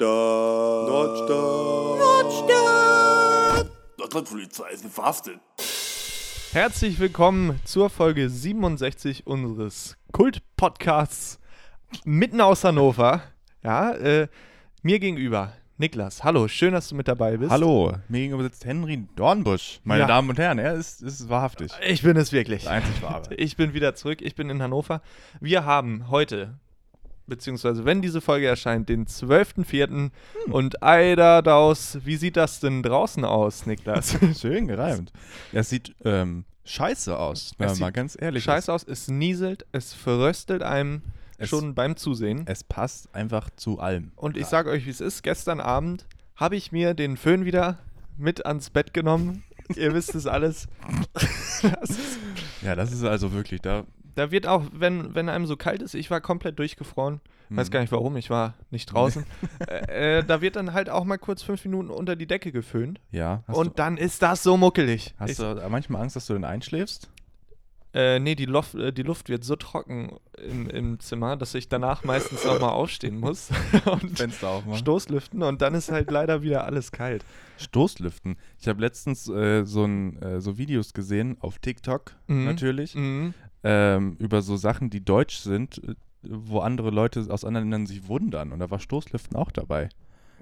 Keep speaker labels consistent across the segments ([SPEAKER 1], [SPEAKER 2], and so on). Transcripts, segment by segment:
[SPEAKER 1] Nordstadt. Nordstadt.
[SPEAKER 2] Nordrhein-Polizei ist verhaftet.
[SPEAKER 3] Herzlich willkommen zur Folge 67 unseres Kult-Podcasts mitten aus Hannover. Ja, äh, mir gegenüber, Niklas. Hallo, schön, dass du mit dabei bist.
[SPEAKER 4] Hallo, mir gegenüber sitzt Henry Dornbusch. Meine
[SPEAKER 3] Ja.
[SPEAKER 4] Damen und Herren, er ist, ist wahrhaftig.
[SPEAKER 3] Ich bin es wirklich.
[SPEAKER 4] Der einzig wahre.
[SPEAKER 3] Ich bin wieder zurück, ich bin in Hannover. Wir haben heute, beziehungsweise wenn diese Folge erscheint, den 12.04.
[SPEAKER 4] Hm.
[SPEAKER 3] und Eider daraus, wie sieht das denn draußen aus, Niklas?
[SPEAKER 4] Schön gereimt. Ja, es sieht ähm, scheiße aus, wenn man
[SPEAKER 3] sieht
[SPEAKER 4] mal ganz ehrlich
[SPEAKER 3] Scheiß aus, es nieselt, es verröstelt einem
[SPEAKER 4] Es-
[SPEAKER 3] schon beim Zusehen.
[SPEAKER 4] ist. Es passt einfach zu allem.
[SPEAKER 3] Und ich sage euch, wie es ist. Gestern Abend habe ich mir den Föhn wieder mit ans Bett genommen. Ihr wisst es alles. Das ist,
[SPEAKER 4] Ja, das ist also wirklich da.
[SPEAKER 3] da wird auch, wenn, wenn einem so kalt ist, ich war komplett durchgefroren.
[SPEAKER 4] hm, Mhm.
[SPEAKER 3] Weiß gar nicht warum, ich war nicht draußen. äh, äh, da wird dann halt auch mal kurz fünf Minuten unter die Decke geföhnt.
[SPEAKER 4] Ja. Hast
[SPEAKER 3] und
[SPEAKER 4] du,
[SPEAKER 3] dann ist das so muckelig.
[SPEAKER 4] hast
[SPEAKER 3] ich,
[SPEAKER 4] du manchmal Angst, dass du dann einschläfst?
[SPEAKER 3] äh, nee, die, Lof, äh, die Luft wird so trocken im, im Zimmer, dass ich danach meistens nochmal aufstehen muss. und
[SPEAKER 4] Fenster aufmachen.
[SPEAKER 3] Stoßlüften und dann ist halt leider wieder alles kalt.
[SPEAKER 4] Stoßlüften. Ich habe letztens äh, so, ein, äh, so Videos gesehen, auf TikTok
[SPEAKER 3] Mhm.
[SPEAKER 4] natürlich,
[SPEAKER 3] Mhm.
[SPEAKER 4] ähm, über so Sachen, die deutsch sind, äh, wo andere Leute aus anderen Ländern sich wundern. Und da war Stoßlüften auch dabei.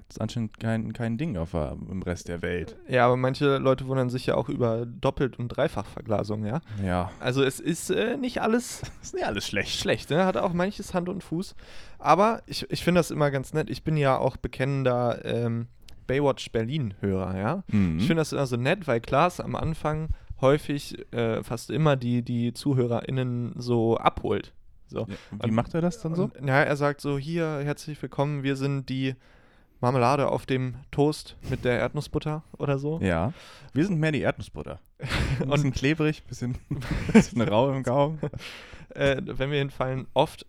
[SPEAKER 4] Das ist anscheinend kein, kein Ding auf der, im Rest der Welt.
[SPEAKER 3] Ja, aber manche Leute wundern sich ja auch über Doppelt- und Dreifachverglasung, ja.
[SPEAKER 4] Ja.
[SPEAKER 3] Also es ist äh, nicht alles
[SPEAKER 4] Ist nicht alles schlecht.
[SPEAKER 3] schlecht, ne? hat auch manches Hand und Fuß. Aber ich, ich finde das immer ganz nett. Ich bin ja auch bekennender ähm, Baywatch Berlin-Hörer, ja.
[SPEAKER 4] Mhm.
[SPEAKER 3] Ich finde das immer so nett, weil Klaas am Anfang häufig, äh, fast immer die, die ZuhörerInnen so abholt. So.
[SPEAKER 4] Ja, Wie macht er das dann so?
[SPEAKER 3] Und, ja, er sagt so, hier, herzlich willkommen, wir sind die Marmelade auf dem Toast mit der Erdnussbutter oder so.
[SPEAKER 4] Ja. Wir sind mehr die Erdnussbutter. Ein bisschen
[SPEAKER 3] Und-
[SPEAKER 4] klebrig, bisschen, bisschen rau im Gaumen.
[SPEAKER 3] äh, wenn wir hinfallen, oft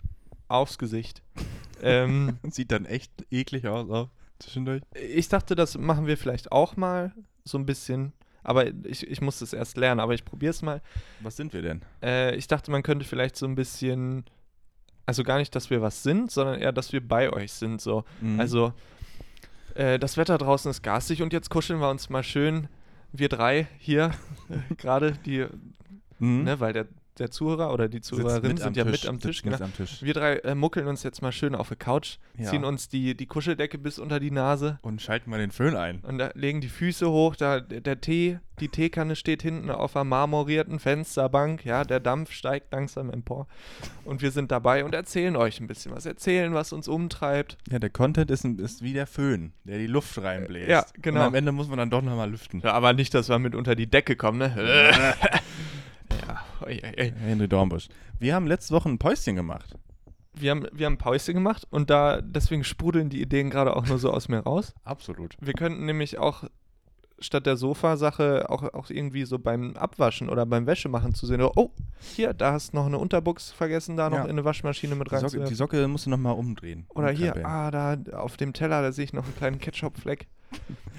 [SPEAKER 3] aufs Gesicht. ähm,
[SPEAKER 4] Sieht dann echt eklig aus auch zwischendurch.
[SPEAKER 3] ich dachte, das machen wir vielleicht auch mal so ein bisschen, aber ich, ich muss das erst lernen, aber ich probiere es mal.
[SPEAKER 4] Was sind wir denn?
[SPEAKER 3] Äh, ich dachte, man könnte vielleicht so ein bisschen, also gar nicht, dass wir was sind, sondern eher, dass wir bei euch sind. So.
[SPEAKER 4] Mhm.
[SPEAKER 3] Also, äh, das Wetter draußen ist garstig und jetzt kuscheln wir uns mal schön, wir drei hier, gerade die,
[SPEAKER 4] Mhm.
[SPEAKER 3] ne, weil der, der Zuhörer oder die
[SPEAKER 4] Sitzt
[SPEAKER 3] Zuhörerin
[SPEAKER 4] mit am
[SPEAKER 3] sind ja mit
[SPEAKER 4] Tisch, genau.
[SPEAKER 3] am Tisch, genau.
[SPEAKER 4] sitzt mit am Tisch.
[SPEAKER 3] Wir drei äh, muckeln uns jetzt mal schön auf die Couch,
[SPEAKER 4] Ja.
[SPEAKER 3] ziehen uns die, die Kuscheldecke bis unter die Nase
[SPEAKER 4] Und schalten mal den Föhn ein.
[SPEAKER 3] und da legen die Füße hoch. Da, der, der Tee, die Teekanne steht hinten auf einer marmorierten Fensterbank. Ja, der Dampf steigt langsam empor. Und wir sind dabei und erzählen euch ein bisschen was. Erzählen, was uns umtreibt.
[SPEAKER 4] Ja, der Content ist, ein- ist wie der Föhn, der die Luft reinbläst.
[SPEAKER 3] Ja, genau.
[SPEAKER 4] Und am Ende muss man dann doch nochmal lüften.
[SPEAKER 3] Ja, aber nicht, dass wir mit unter die Decke kommen, ne? ja, oi, oi, oi.
[SPEAKER 4] Henry Dornbusch. Wir haben letzte Woche ein Päuschen gemacht.
[SPEAKER 3] Wir haben, wir haben Päuschen gemacht und da deswegen sprudeln die Ideen gerade auch nur so aus mir raus.
[SPEAKER 4] Absolut.
[SPEAKER 3] Wir könnten nämlich auch statt der Sofasache auch, auch irgendwie so beim Abwaschen oder beim Wäschemachen zu sehen, oh, hier, da hast du noch eine Unterbuchs vergessen, da noch
[SPEAKER 4] Ja.
[SPEAKER 3] in eine Waschmaschine mit
[SPEAKER 4] Die Socke, die
[SPEAKER 3] reinzuwerfen.
[SPEAKER 4] Socke musst du nochmal umdrehen.
[SPEAKER 3] Oder hier,
[SPEAKER 4] Umkrempeln.
[SPEAKER 3] ah, da auf dem Teller, da sehe ich noch einen kleinen Ketchup-Fleck.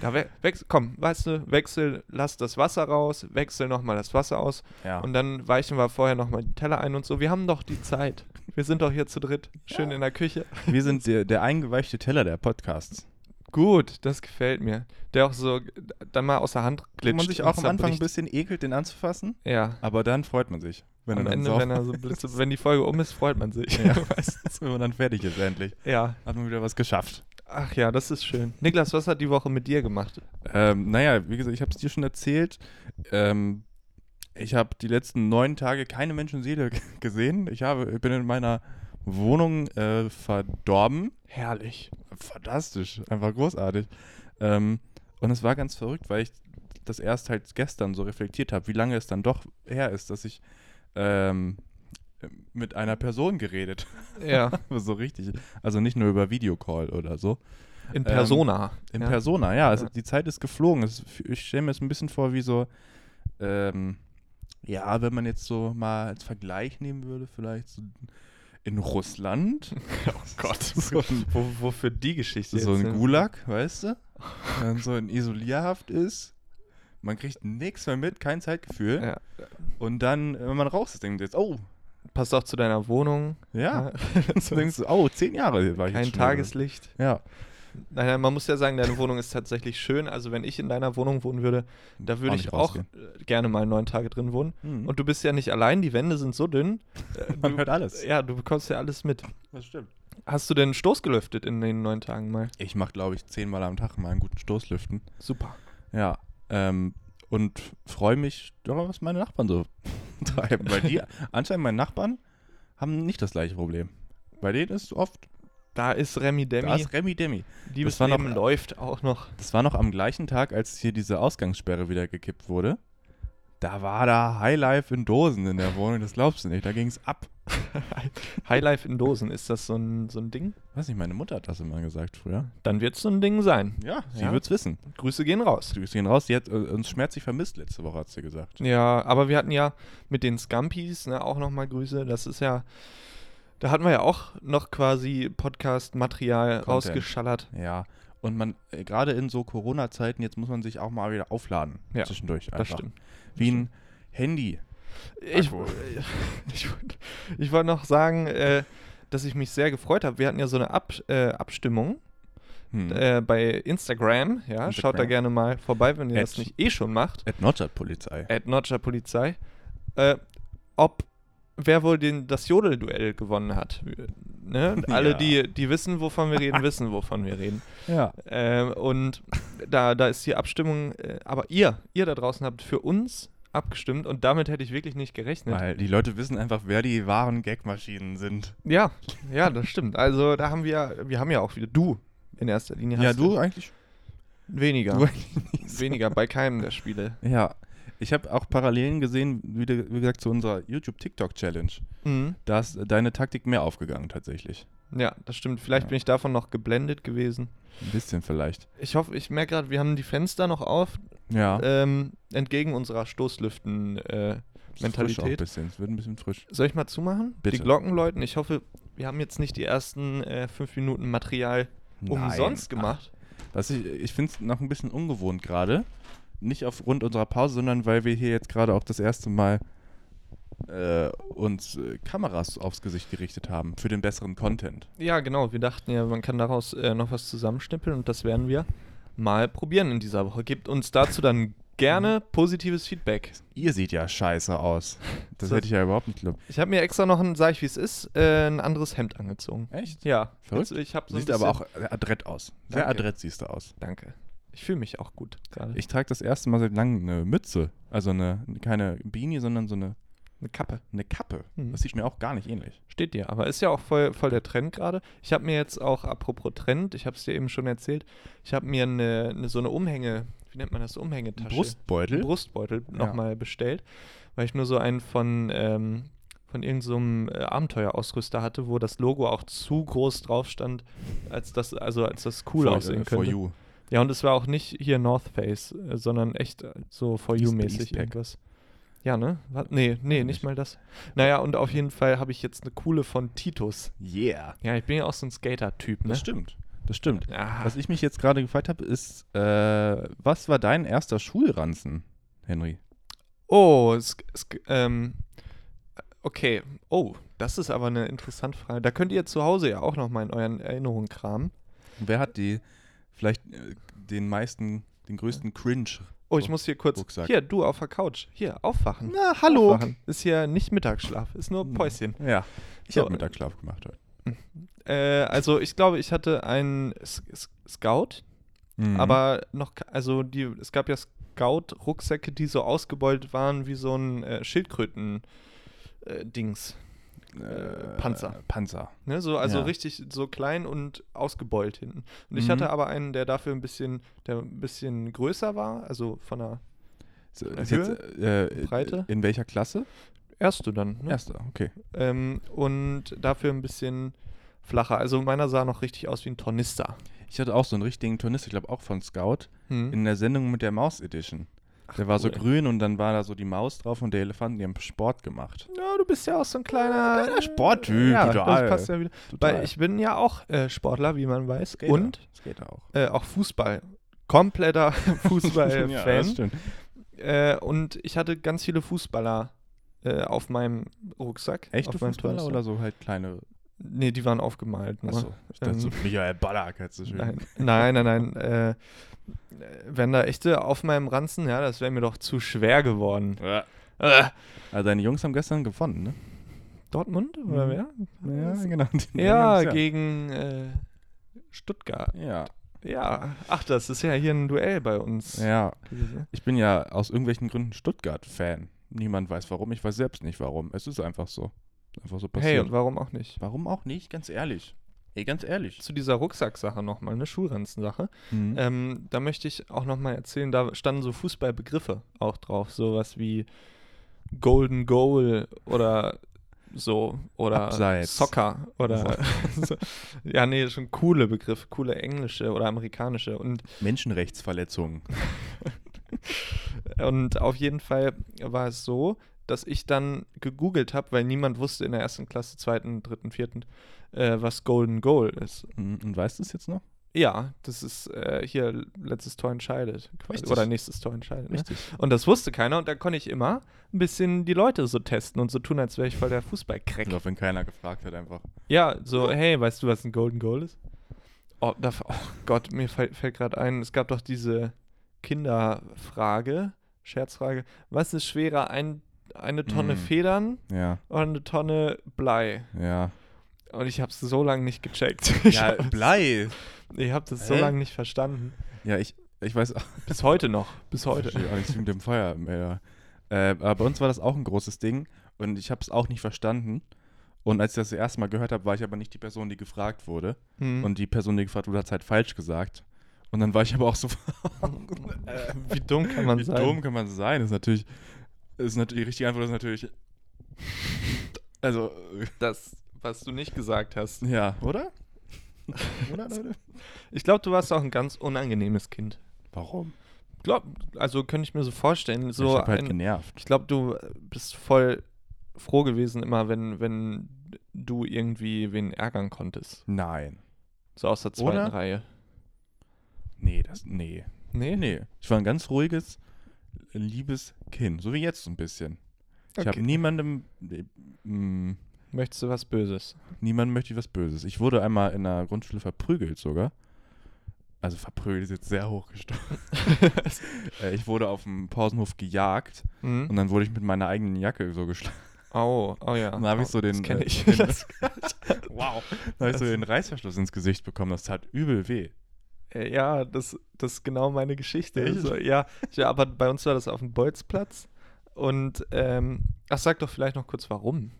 [SPEAKER 3] Da we wechsel, komm, weißt du, wechsel, lass das Wasser raus, wechsel nochmal das Wasser aus
[SPEAKER 4] Ja.
[SPEAKER 3] und dann weichen wir vorher nochmal die Teller ein und so. Wir haben doch die Zeit. Wir sind doch hier zu dritt, schön in der Küche.
[SPEAKER 4] Wir sind der, der eingeweichte Teller der Podcasts.
[SPEAKER 3] Gut, das gefällt mir. Der auch so äh, dann mal aus der Hand
[SPEAKER 4] Wo
[SPEAKER 3] glitscht.
[SPEAKER 4] man sich
[SPEAKER 3] und
[SPEAKER 4] auch am Anfang ein
[SPEAKER 3] zerbricht.
[SPEAKER 4] bisschen ekelt, den anzufassen,
[SPEAKER 3] Ja.
[SPEAKER 4] aber dann freut man sich. Wenn, er
[SPEAKER 3] Am
[SPEAKER 4] dann
[SPEAKER 3] Ende,
[SPEAKER 4] sauf-
[SPEAKER 3] wenn, er so blitzt, wenn die Folge um ist, freut man sich.
[SPEAKER 4] ja, meistens, wenn man dann fertig ist endlich.
[SPEAKER 3] ja.
[SPEAKER 4] Hat man wieder was geschafft.
[SPEAKER 3] Ach ja, das ist schön. Niklas, was hat die Woche mit dir gemacht?
[SPEAKER 4] Ähm, naja, wie gesagt, ich habe es dir schon erzählt. Ähm, ich habe die letzten neun Tage keine Menschenseele g- gesehen. Ich, habe, ich bin in meiner Wohnung äh, verdorben.
[SPEAKER 3] Herrlich.
[SPEAKER 4] Fantastisch, einfach großartig. Ähm, und es war ganz verrückt, weil ich das erst halt gestern so reflektiert habe, wie lange es dann doch her ist, dass ich ähm, mit einer Person geredet
[SPEAKER 3] Ja,
[SPEAKER 4] habe, so richtig. Also nicht nur über Videocall oder so.
[SPEAKER 3] in Persona.
[SPEAKER 4] Ähm, In
[SPEAKER 3] ja.
[SPEAKER 4] Persona, ja. Also
[SPEAKER 3] Ja.
[SPEAKER 4] die Zeit ist geflogen. Es, ist- ich stelle mir es ein bisschen vor, wie so, ähm, ja, wenn man jetzt so mal als Vergleich nehmen würde, vielleicht so in Russland. oh Gott. So ein,
[SPEAKER 3] Wo, wofür die Geschichte
[SPEAKER 4] so
[SPEAKER 3] jetzt,
[SPEAKER 4] ein
[SPEAKER 3] ne?
[SPEAKER 4] Gulag, weißt du? Dann so in Isolierhaft ist. Man kriegt nichts mehr mit, kein Zeitgefühl.
[SPEAKER 3] Ja.
[SPEAKER 4] Und dann, wenn man raus ist, denkt man jetzt, oh,
[SPEAKER 3] Passt auch zu deiner Wohnung.
[SPEAKER 4] ja. Dann denkst du, oh, zehn Jahre war ich jetzt
[SPEAKER 3] Kein
[SPEAKER 4] schon wieder.
[SPEAKER 3] Tageslicht.
[SPEAKER 4] Ja.
[SPEAKER 3] Nein, nein, man muss ja sagen, deine Wohnung ist tatsächlich schön. Also wenn ich in deiner Wohnung wohnen würde, da würde
[SPEAKER 4] Auch
[SPEAKER 3] ich
[SPEAKER 4] nicht
[SPEAKER 3] auch
[SPEAKER 4] rausgehen.
[SPEAKER 3] äh, gerne mal neun Tage drin wohnen.
[SPEAKER 4] Mhm.
[SPEAKER 3] Und du bist ja nicht allein, die Wände sind so dünn. äh,
[SPEAKER 4] Man
[SPEAKER 3] du,
[SPEAKER 4] hört alles.
[SPEAKER 3] Ja, du bekommst ja alles mit.
[SPEAKER 4] Das stimmt.
[SPEAKER 3] Hast du denn Stoß gelüftet in den neun Tagen mal?
[SPEAKER 4] Ich mache, glaube ich, zehnmal am Tag mal einen guten Stoßlüften.
[SPEAKER 3] Super.
[SPEAKER 4] Ja. Ähm, und freue mich, ja, was meine Nachbarn so treiben. Weil die, anscheinend meine Nachbarn, haben nicht das gleiche Problem. Bei denen ist oft,
[SPEAKER 3] Da ist Remy
[SPEAKER 4] da
[SPEAKER 3] Demi.
[SPEAKER 4] ist Remi Demi.
[SPEAKER 3] Liebesleben
[SPEAKER 4] war noch-
[SPEAKER 3] läuft auch noch.
[SPEAKER 4] Das war noch am gleichen Tag, als hier diese Ausgangssperre wieder gekippt wurde. Da war da Highlife in Dosen in der Wohnung, das glaubst du nicht. Da ging es ab.
[SPEAKER 3] Highlife in Dosen, ist das so ein, so ein Ding?
[SPEAKER 4] Weiß nicht, meine Mutter hat das immer gesagt früher.
[SPEAKER 3] Dann wird es so ein Ding sein.
[SPEAKER 4] Ja, sie
[SPEAKER 3] ja.
[SPEAKER 4] wird's wissen.
[SPEAKER 3] Grüße gehen raus.
[SPEAKER 4] Grüße gehen raus. Sie hat äh, uns schmerzlich vermisst letzte Woche, hat sie gesagt.
[SPEAKER 3] Ja, aber wir hatten ja mit den Scampis ne, auch nochmal Grüße. Das ist ja, da hatten wir ja auch noch quasi Podcast-Material
[SPEAKER 4] Content.
[SPEAKER 3] rausgeschallert.
[SPEAKER 4] Ja. Und man, äh, gerade in so Corona-Zeiten, jetzt muss man sich auch mal wieder aufladen.
[SPEAKER 3] Ja,
[SPEAKER 4] zwischendurch.
[SPEAKER 3] Das stimmt.
[SPEAKER 4] Wie ein Handy.
[SPEAKER 3] Ich,
[SPEAKER 4] Akku.
[SPEAKER 3] ich, wollt- ich wollte noch sagen, äh, dass ich mich sehr gefreut habe. Wir hatten ja so eine Ab, äh, Abstimmung
[SPEAKER 4] Hm.
[SPEAKER 3] äh, bei Instagram. Ja, schaut da
[SPEAKER 4] Instagram.
[SPEAKER 3] gerne mal vorbei, wenn ihr das
[SPEAKER 4] At-
[SPEAKER 3] nicht eh schon macht.
[SPEAKER 4] At Notchat Polizei.
[SPEAKER 3] At Notcher Polizei. Äh, ob wer wohl den, das Jodelduell gewonnen hat. Ne? Alle,
[SPEAKER 4] Ja.
[SPEAKER 3] die, die wissen, wovon wir reden, wissen, wovon wir reden.
[SPEAKER 4] Ja.
[SPEAKER 3] Ähm, und da, da ist die Abstimmung, äh, aber ihr, ihr da draußen habt für uns abgestimmt und damit hätte ich wirklich nicht gerechnet.
[SPEAKER 4] Weil die Leute wissen einfach, wer die wahren Gagmaschinen sind.
[SPEAKER 3] Ja, ja, das stimmt. Also da haben wir, wir haben ja auch wieder du in erster Linie. hast
[SPEAKER 4] eigentlich.
[SPEAKER 3] Weniger.
[SPEAKER 4] Du
[SPEAKER 3] Weniger bei keinem der Spiele.
[SPEAKER 4] Ja, ich habe auch Parallelen gesehen, wie, de- wie gesagt, zu unserer YouTube-TikTok-Challenge.
[SPEAKER 3] Mhm.
[SPEAKER 4] Da ist deine Taktik mehr aufgegangen, tatsächlich.
[SPEAKER 3] Ja, das stimmt. Vielleicht
[SPEAKER 4] Ja.
[SPEAKER 3] bin ich davon noch geblendet gewesen.
[SPEAKER 4] Ein bisschen vielleicht.
[SPEAKER 3] Ich hoffe, ich merke gerade, wir haben die Fenster noch auf,
[SPEAKER 4] Ja.
[SPEAKER 3] ähm, entgegen unserer Stoßlüften-Mentalität. Äh,
[SPEAKER 4] Ist frisch Auch ein
[SPEAKER 3] Mentalität.
[SPEAKER 4] bisschen. Es wird ein bisschen frisch.
[SPEAKER 3] Soll ich mal zumachen?
[SPEAKER 4] Bitte.
[SPEAKER 3] Die Glocken läuten. Ich hoffe, wir haben jetzt nicht die ersten äh, fünf Minuten Material umsonst
[SPEAKER 4] Nein.
[SPEAKER 3] gemacht.
[SPEAKER 4] Was ich ich finde es noch ein bisschen ungewohnt gerade. Nicht aufgrund unserer Pause, sondern weil wir hier jetzt gerade auch das erste Mal äh, uns äh, Kameras aufs Gesicht gerichtet haben für den besseren Content.
[SPEAKER 3] Ja, genau. Wir dachten ja, man kann daraus äh, noch was zusammenschnippeln und das werden wir mal probieren in dieser Woche. Gebt uns dazu dann gerne
[SPEAKER 4] Mhm.
[SPEAKER 3] positives Feedback.
[SPEAKER 4] Ihr seht ja scheiße aus. Das
[SPEAKER 3] So.
[SPEAKER 4] hätte ich ja überhaupt nicht geglaubt.
[SPEAKER 3] Ich habe mir extra noch ein, sag ich wie es ist, äh, ein anderes Hemd angezogen.
[SPEAKER 4] Echt?
[SPEAKER 3] Ja,
[SPEAKER 4] Verrückt.
[SPEAKER 3] Jetzt, ich habe so ein
[SPEAKER 4] Sieht aber
[SPEAKER 3] bisschen-
[SPEAKER 4] auch adrett aus. Sehr
[SPEAKER 3] Danke.
[SPEAKER 4] adrett siehst du aus.
[SPEAKER 3] Danke. Ich fühle mich auch gut gerade.
[SPEAKER 4] Ich trage das erste Mal seit langem eine Mütze. Also eine, keine Beanie, sondern so eine,
[SPEAKER 3] Eine Kappe.
[SPEAKER 4] eine Kappe.
[SPEAKER 3] Hm.
[SPEAKER 4] Das sieht mir auch gar nicht ähnlich.
[SPEAKER 3] Steht dir, aber ist ja auch voll, voll der Trend gerade. Ich habe mir jetzt auch, apropos Trend, ich habe es dir eben schon erzählt, ich habe mir eine, eine, so eine Umhänge, wie nennt man das, Umhängetasche?
[SPEAKER 4] Brustbeutel?
[SPEAKER 3] Brustbeutel
[SPEAKER 4] Ja.
[SPEAKER 3] nochmal bestellt, weil ich nur so einen von, ähm, von irgendeinem äh, Abenteuerausrüster hatte, wo das Logo auch zu groß drauf stand, als das, also als das cool
[SPEAKER 4] For-
[SPEAKER 3] aussehen
[SPEAKER 4] äh, For
[SPEAKER 3] könnte.
[SPEAKER 4] you.
[SPEAKER 3] Ja, und es war auch nicht hier North Face, äh, sondern echt äh, so For
[SPEAKER 4] East-
[SPEAKER 3] You-mäßig
[SPEAKER 4] Eastpak.
[SPEAKER 3] irgendwas. Ja, ne? Wa- Nee, nee, nicht
[SPEAKER 4] Nicht.
[SPEAKER 3] mal das. Naja, und auf jeden Fall habe ich jetzt eine coole von Titus.
[SPEAKER 4] Yeah.
[SPEAKER 3] Ja, ich bin ja auch so ein Skater-Typ, ne?
[SPEAKER 4] Das stimmt. Das stimmt.
[SPEAKER 3] Ah,
[SPEAKER 4] Was ich mich jetzt gerade gefragt habe, ist, äh, was war dein erster Schulranzen, Henry?
[SPEAKER 3] Oh, es, es, ähm, okay. Oh, das ist aber eine interessante Frage. Da könnt ihr zu Hause ja auch noch mal in euren Erinnerungen kramen.
[SPEAKER 4] Wer hat die vielleicht äh, den meisten, den größten Cringe?
[SPEAKER 3] Oh, ich
[SPEAKER 4] Oh,
[SPEAKER 3] muss hier kurz.
[SPEAKER 4] Rucksack.
[SPEAKER 3] Hier, du auf der Couch. Hier, aufwachen.
[SPEAKER 4] Na, hallo. Hm.
[SPEAKER 3] Aufwachen. Ist hier nicht Mittagsschlaf, ist nur Päuschen.
[SPEAKER 4] Ja. Ich
[SPEAKER 3] So.
[SPEAKER 4] habe Mittagsschlaf gemacht heute.
[SPEAKER 3] Äh, also, ich glaube, ich hatte einen S S Scout,
[SPEAKER 4] Mhm.
[SPEAKER 3] aber noch. ke- Also, die, es gab ja Scout-Rucksäcke, die so ausgebeult waren wie so ein äh, Schildkröten-Dings.
[SPEAKER 4] Äh,
[SPEAKER 3] Panzer.
[SPEAKER 4] Panzer.
[SPEAKER 3] Ne, so, also
[SPEAKER 4] Ja.
[SPEAKER 3] richtig so klein und ausgebeult hinten. Und ich
[SPEAKER 4] Mhm.
[SPEAKER 3] hatte aber einen, der dafür ein bisschen, der ein bisschen größer war, also von der
[SPEAKER 4] So,
[SPEAKER 3] Höhe,
[SPEAKER 4] ist jetzt, äh,
[SPEAKER 3] Breite.
[SPEAKER 4] In welcher Klasse?
[SPEAKER 3] erste dann. Ne?
[SPEAKER 4] Erster, okay.
[SPEAKER 3] Ähm, und dafür ein bisschen flacher. Also meiner sah noch richtig aus wie ein Tornister.
[SPEAKER 4] Ich hatte auch so einen richtigen Turnist, ich glaube auch von Scout,
[SPEAKER 3] Hm.
[SPEAKER 4] in der Sendung mit der Maus Edition. Der war so
[SPEAKER 3] cool.
[SPEAKER 4] grün und dann war da so die Maus drauf und der Elefant, die haben Sport gemacht.
[SPEAKER 3] ja, du bist ja auch so ein kleiner,
[SPEAKER 4] Kleiner Sporttyp,
[SPEAKER 3] Ja,
[SPEAKER 4] total.
[SPEAKER 3] das passt ja wieder. Weil ich bin ja auch äh, Sportler, wie man weiß.
[SPEAKER 4] Skater.
[SPEAKER 3] Und
[SPEAKER 4] Skater auch.
[SPEAKER 3] äh, auch Fußball. Kompletter Fußballfan.
[SPEAKER 4] ja, das stimmt.
[SPEAKER 3] äh, und ich hatte ganz viele Fußballer äh, auf meinem Rucksack.
[SPEAKER 4] Echte
[SPEAKER 3] auf meinem
[SPEAKER 4] Fußballer
[SPEAKER 3] Turnster.
[SPEAKER 4] oder so halt kleine
[SPEAKER 3] Nee, die waren aufgemalt. Nur.
[SPEAKER 4] Achso, ich dachte so,
[SPEAKER 3] Ähm,
[SPEAKER 4] Michael Ballack hat so schön.
[SPEAKER 3] Nein, nein, nein. nein äh, wenn da echte auf meinem Ranzen, ja, das wäre mir doch zu schwer geworden.
[SPEAKER 4] Ja.
[SPEAKER 3] Äh,
[SPEAKER 4] Also deine Jungs haben gestern gewonnen, ne?
[SPEAKER 3] Dortmund? Oder
[SPEAKER 4] Mhm.
[SPEAKER 3] wer?
[SPEAKER 4] Ja, genau.
[SPEAKER 3] Ja, gegen äh, Stuttgart.
[SPEAKER 4] Ja.
[SPEAKER 3] Ja, ach, das ist ja hier ein Duell bei uns.
[SPEAKER 4] ja,
[SPEAKER 3] gewesen.
[SPEAKER 4] ich bin ja aus irgendwelchen Gründen Stuttgart-Fan. Niemand weiß warum, ich weiß selbst nicht warum. Es ist einfach so. Einfach so
[SPEAKER 3] Hey,
[SPEAKER 4] passiert.
[SPEAKER 3] und warum auch nicht?
[SPEAKER 4] warum auch nicht? Ganz ehrlich. Ey, ganz ehrlich.
[SPEAKER 3] Zu dieser Rucksacksache nochmal, eine Schulranzensache.
[SPEAKER 4] Mhm.
[SPEAKER 3] Ähm, da möchte ich auch nochmal erzählen, da standen so Fußballbegriffe auch drauf, sowas wie Golden Goal oder so oder
[SPEAKER 4] Abseits.
[SPEAKER 3] Soccer oder so. ja, nee, schon coole Begriffe, coole englische oder amerikanische und
[SPEAKER 4] Menschenrechtsverletzungen.
[SPEAKER 3] Und auf jeden Fall war es so, dass ich dann gegoogelt habe, weil niemand wusste in der ersten Klasse, zweiten, dritten, vierten, äh, was Golden Goal ist.
[SPEAKER 4] Mhm. Und weißt du es jetzt noch?
[SPEAKER 3] Ja, das ist äh, hier letztes Tor entscheidet. Quasi,
[SPEAKER 4] Richtig.
[SPEAKER 3] oder nächstes Tor entscheidet. Ne?
[SPEAKER 4] Richtig.
[SPEAKER 3] Und das wusste keiner und da konnte ich immer ein bisschen die Leute so testen und so tun, als wäre ich voll der Fußballcrack.
[SPEAKER 4] Ich glaube, wenn keiner gefragt hat, einfach.
[SPEAKER 3] Ja, so, hey, weißt du, was ein Golden Goal ist? Oh, da, oh Gott, mir fällt, fällt gerade ein, es gab doch diese Kinderfrage, Scherzfrage. Was ist schwerer, ein, eine Tonne
[SPEAKER 4] Mm.
[SPEAKER 3] Federn
[SPEAKER 4] Ja,
[SPEAKER 3] oder eine Tonne Blei?
[SPEAKER 4] ja.
[SPEAKER 3] Und ich habe es so lange nicht gecheckt. Ich
[SPEAKER 4] Ja,
[SPEAKER 3] hab-
[SPEAKER 4] Blei.
[SPEAKER 3] Ich habe das so
[SPEAKER 4] Hä?
[SPEAKER 3] lange nicht verstanden.
[SPEAKER 4] Ja, ich, ich weiß
[SPEAKER 3] Bis heute noch. Bis
[SPEAKER 4] Ich
[SPEAKER 3] heute.
[SPEAKER 4] verstehe auch nichts mit dem Feuermelder. Äh, aber bei uns war das auch ein großes Ding und ich habe es auch nicht verstanden. Und als ich das, das erste Mal gehört habe, war ich aber nicht die Person, die gefragt wurde.
[SPEAKER 3] Hm.
[SPEAKER 4] Und die Person, die gefragt wurde, hat es halt falsch gesagt. Und dann war ich aber auch so,
[SPEAKER 3] Äh, wie dumm kann man
[SPEAKER 4] wie
[SPEAKER 3] sein?
[SPEAKER 4] dumm kann man sein? Das ist natürlich, das ist natürlich, die richtige Antwort ist natürlich, also,
[SPEAKER 3] Das, was du nicht gesagt hast.
[SPEAKER 4] äh, ja, oder? oder, Leute?
[SPEAKER 3] Ich glaube, du warst auch ein ganz unangenehmes Kind.
[SPEAKER 4] Warum?
[SPEAKER 3] Glaub, also könnte ich mir so vorstellen, so
[SPEAKER 4] ich habe halt
[SPEAKER 3] ein,
[SPEAKER 4] genervt.
[SPEAKER 3] Ich glaube, du äh, bist voll froh gewesen immer, wenn, wenn du irgendwie wen ärgern konntest.
[SPEAKER 4] Nein.
[SPEAKER 3] So aus der zweiten
[SPEAKER 4] Oder?
[SPEAKER 3] Reihe.
[SPEAKER 4] Nee, das, nee.
[SPEAKER 3] Nee?
[SPEAKER 4] Nee, ich war ein ganz ruhiges, liebes Kind, so wie jetzt so ein bisschen. Ich habe
[SPEAKER 3] Okay.
[SPEAKER 4] niemandem, äh, mh,
[SPEAKER 3] Möchtest du was Böses?
[SPEAKER 4] niemandem möchte ich was Böses. Ich wurde einmal in der Grundschule verprügelt sogar. Also verprügelt ist jetzt sehr hochgestochen. äh, ich wurde auf dem Pausenhof gejagt
[SPEAKER 3] Mhm.
[SPEAKER 4] und dann wurde ich mit meiner eigenen Jacke so geschlagen.
[SPEAKER 3] Oh, oh ja.
[SPEAKER 4] Dann habe ich so
[SPEAKER 3] Oh,
[SPEAKER 4] den,
[SPEAKER 3] Das kenne
[SPEAKER 4] äh,
[SPEAKER 3] ich.
[SPEAKER 4] den-
[SPEAKER 3] Das,
[SPEAKER 4] Wow. Dann habe ich so den Reißverschluss ins Gesicht bekommen. Das tat übel weh.
[SPEAKER 3] äh, ja, das, das ist genau meine Geschichte.
[SPEAKER 4] Echt?
[SPEAKER 3] Also, ja, ja, aber bei uns war das auf dem Bolzplatz. Und, ähm, ach, sag doch vielleicht noch kurz, warum.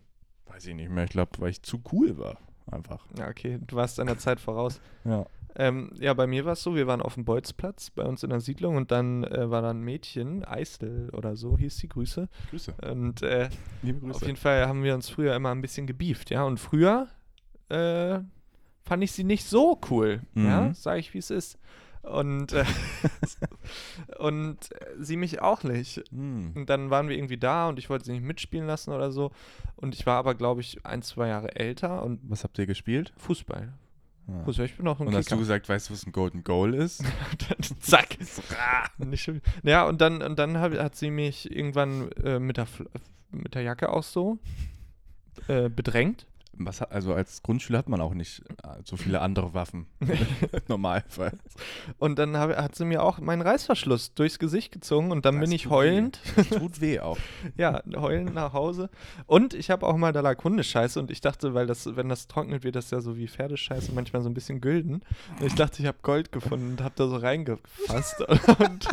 [SPEAKER 4] Weiß ich nicht mehr. Ich glaube, weil ich zu cool war. Einfach.
[SPEAKER 3] Ja, okay, du warst an der Zeit voraus.
[SPEAKER 4] Ja.
[SPEAKER 3] Ähm, ja, bei mir war es so, wir waren auf dem Bolzplatz bei uns in der Siedlung und dann äh, war da ein Mädchen, Eisel oder so, hieß die Grüße.
[SPEAKER 4] Grüße.
[SPEAKER 3] Und äh,
[SPEAKER 4] Liebe
[SPEAKER 3] auf
[SPEAKER 4] Grüße.
[SPEAKER 3] jeden Fall haben wir uns früher immer ein bisschen gebieft, ja. Und früher äh, fand ich sie nicht so cool, ja,
[SPEAKER 4] Mhm.
[SPEAKER 3] sage ich, wie es ist. Und, äh, und äh, sie mich auch nicht.
[SPEAKER 4] Hm.
[SPEAKER 3] Und dann waren wir irgendwie da und ich wollte sie nicht mitspielen lassen oder so. Und ich war aber, glaube ich, ein, zwei Jahre älter und
[SPEAKER 4] Was habt ihr gespielt?
[SPEAKER 3] Fußball.
[SPEAKER 4] Ja.
[SPEAKER 3] Fußball, ich bin auch ein
[SPEAKER 4] Und hast du
[SPEAKER 3] Kicker.
[SPEAKER 4] gesagt, weißt du, was ein Golden Goal ist?
[SPEAKER 3] Zack. Nicht schon, ja, und dann, und dann hab, hat sie mich irgendwann äh, mit, der, Fl- mit der Jacke auch so äh, bedrängt.
[SPEAKER 4] Was, hat- also als Grundschüler hat man auch nicht äh, so viele andere Waffen. Im Normalfall.
[SPEAKER 3] Und dann hab, hat sie mir auch meinen Reißverschluss durchs Gesicht gezogen und dann
[SPEAKER 4] Das
[SPEAKER 3] bin ich
[SPEAKER 4] tut weh.
[SPEAKER 3] heulend,
[SPEAKER 4] Tut weh auch.
[SPEAKER 3] ja, heulend nach Hause. Und ich habe auch mal da lag Hundescheiße und ich dachte, weil das, wenn das trocknet, wird das ja so wie Pferdescheiße manchmal so ein bisschen gülden. Und ich dachte, ich habe Gold gefunden und habe da so reingefasst und, und,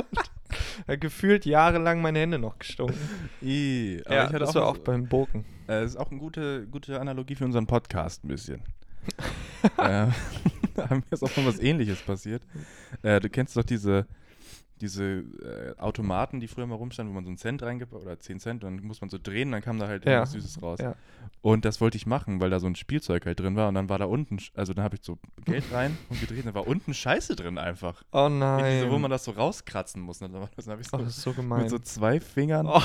[SPEAKER 3] und gefühlt jahrelang meine Hände noch gestunken.
[SPEAKER 4] I, aber
[SPEAKER 3] ja,
[SPEAKER 4] ich hatte
[SPEAKER 3] das
[SPEAKER 4] auch,
[SPEAKER 3] war auch beim Bogen.
[SPEAKER 4] äh, ist auch eine gute, gute Analogie für unseren Podcast ein bisschen. äh, da haben wir auch schon was ähnliches passiert. Äh, du kennst doch diese, diese äh, Automaten, die früher mal rumstanden, wo man so einen Cent reingibt oder 10 Cent, dann muss man so drehen, dann kam da halt
[SPEAKER 3] Ja.
[SPEAKER 4] irgendwas Süßes raus.
[SPEAKER 3] Ja.
[SPEAKER 4] Und das wollte ich machen, weil da so ein Spielzeug halt drin war. Und dann war da unten, sch- also dann habe ich so Geld rein und gedreht, da war unten Scheiße drin einfach.
[SPEAKER 3] Oh
[SPEAKER 4] In
[SPEAKER 3] nein.
[SPEAKER 4] Diese, wo man das so rauskratzen muss. Und Dann war das- dann habe ich
[SPEAKER 3] oh,
[SPEAKER 4] so
[SPEAKER 3] das ist so gemein.
[SPEAKER 4] mit so zwei Fingern
[SPEAKER 3] oh,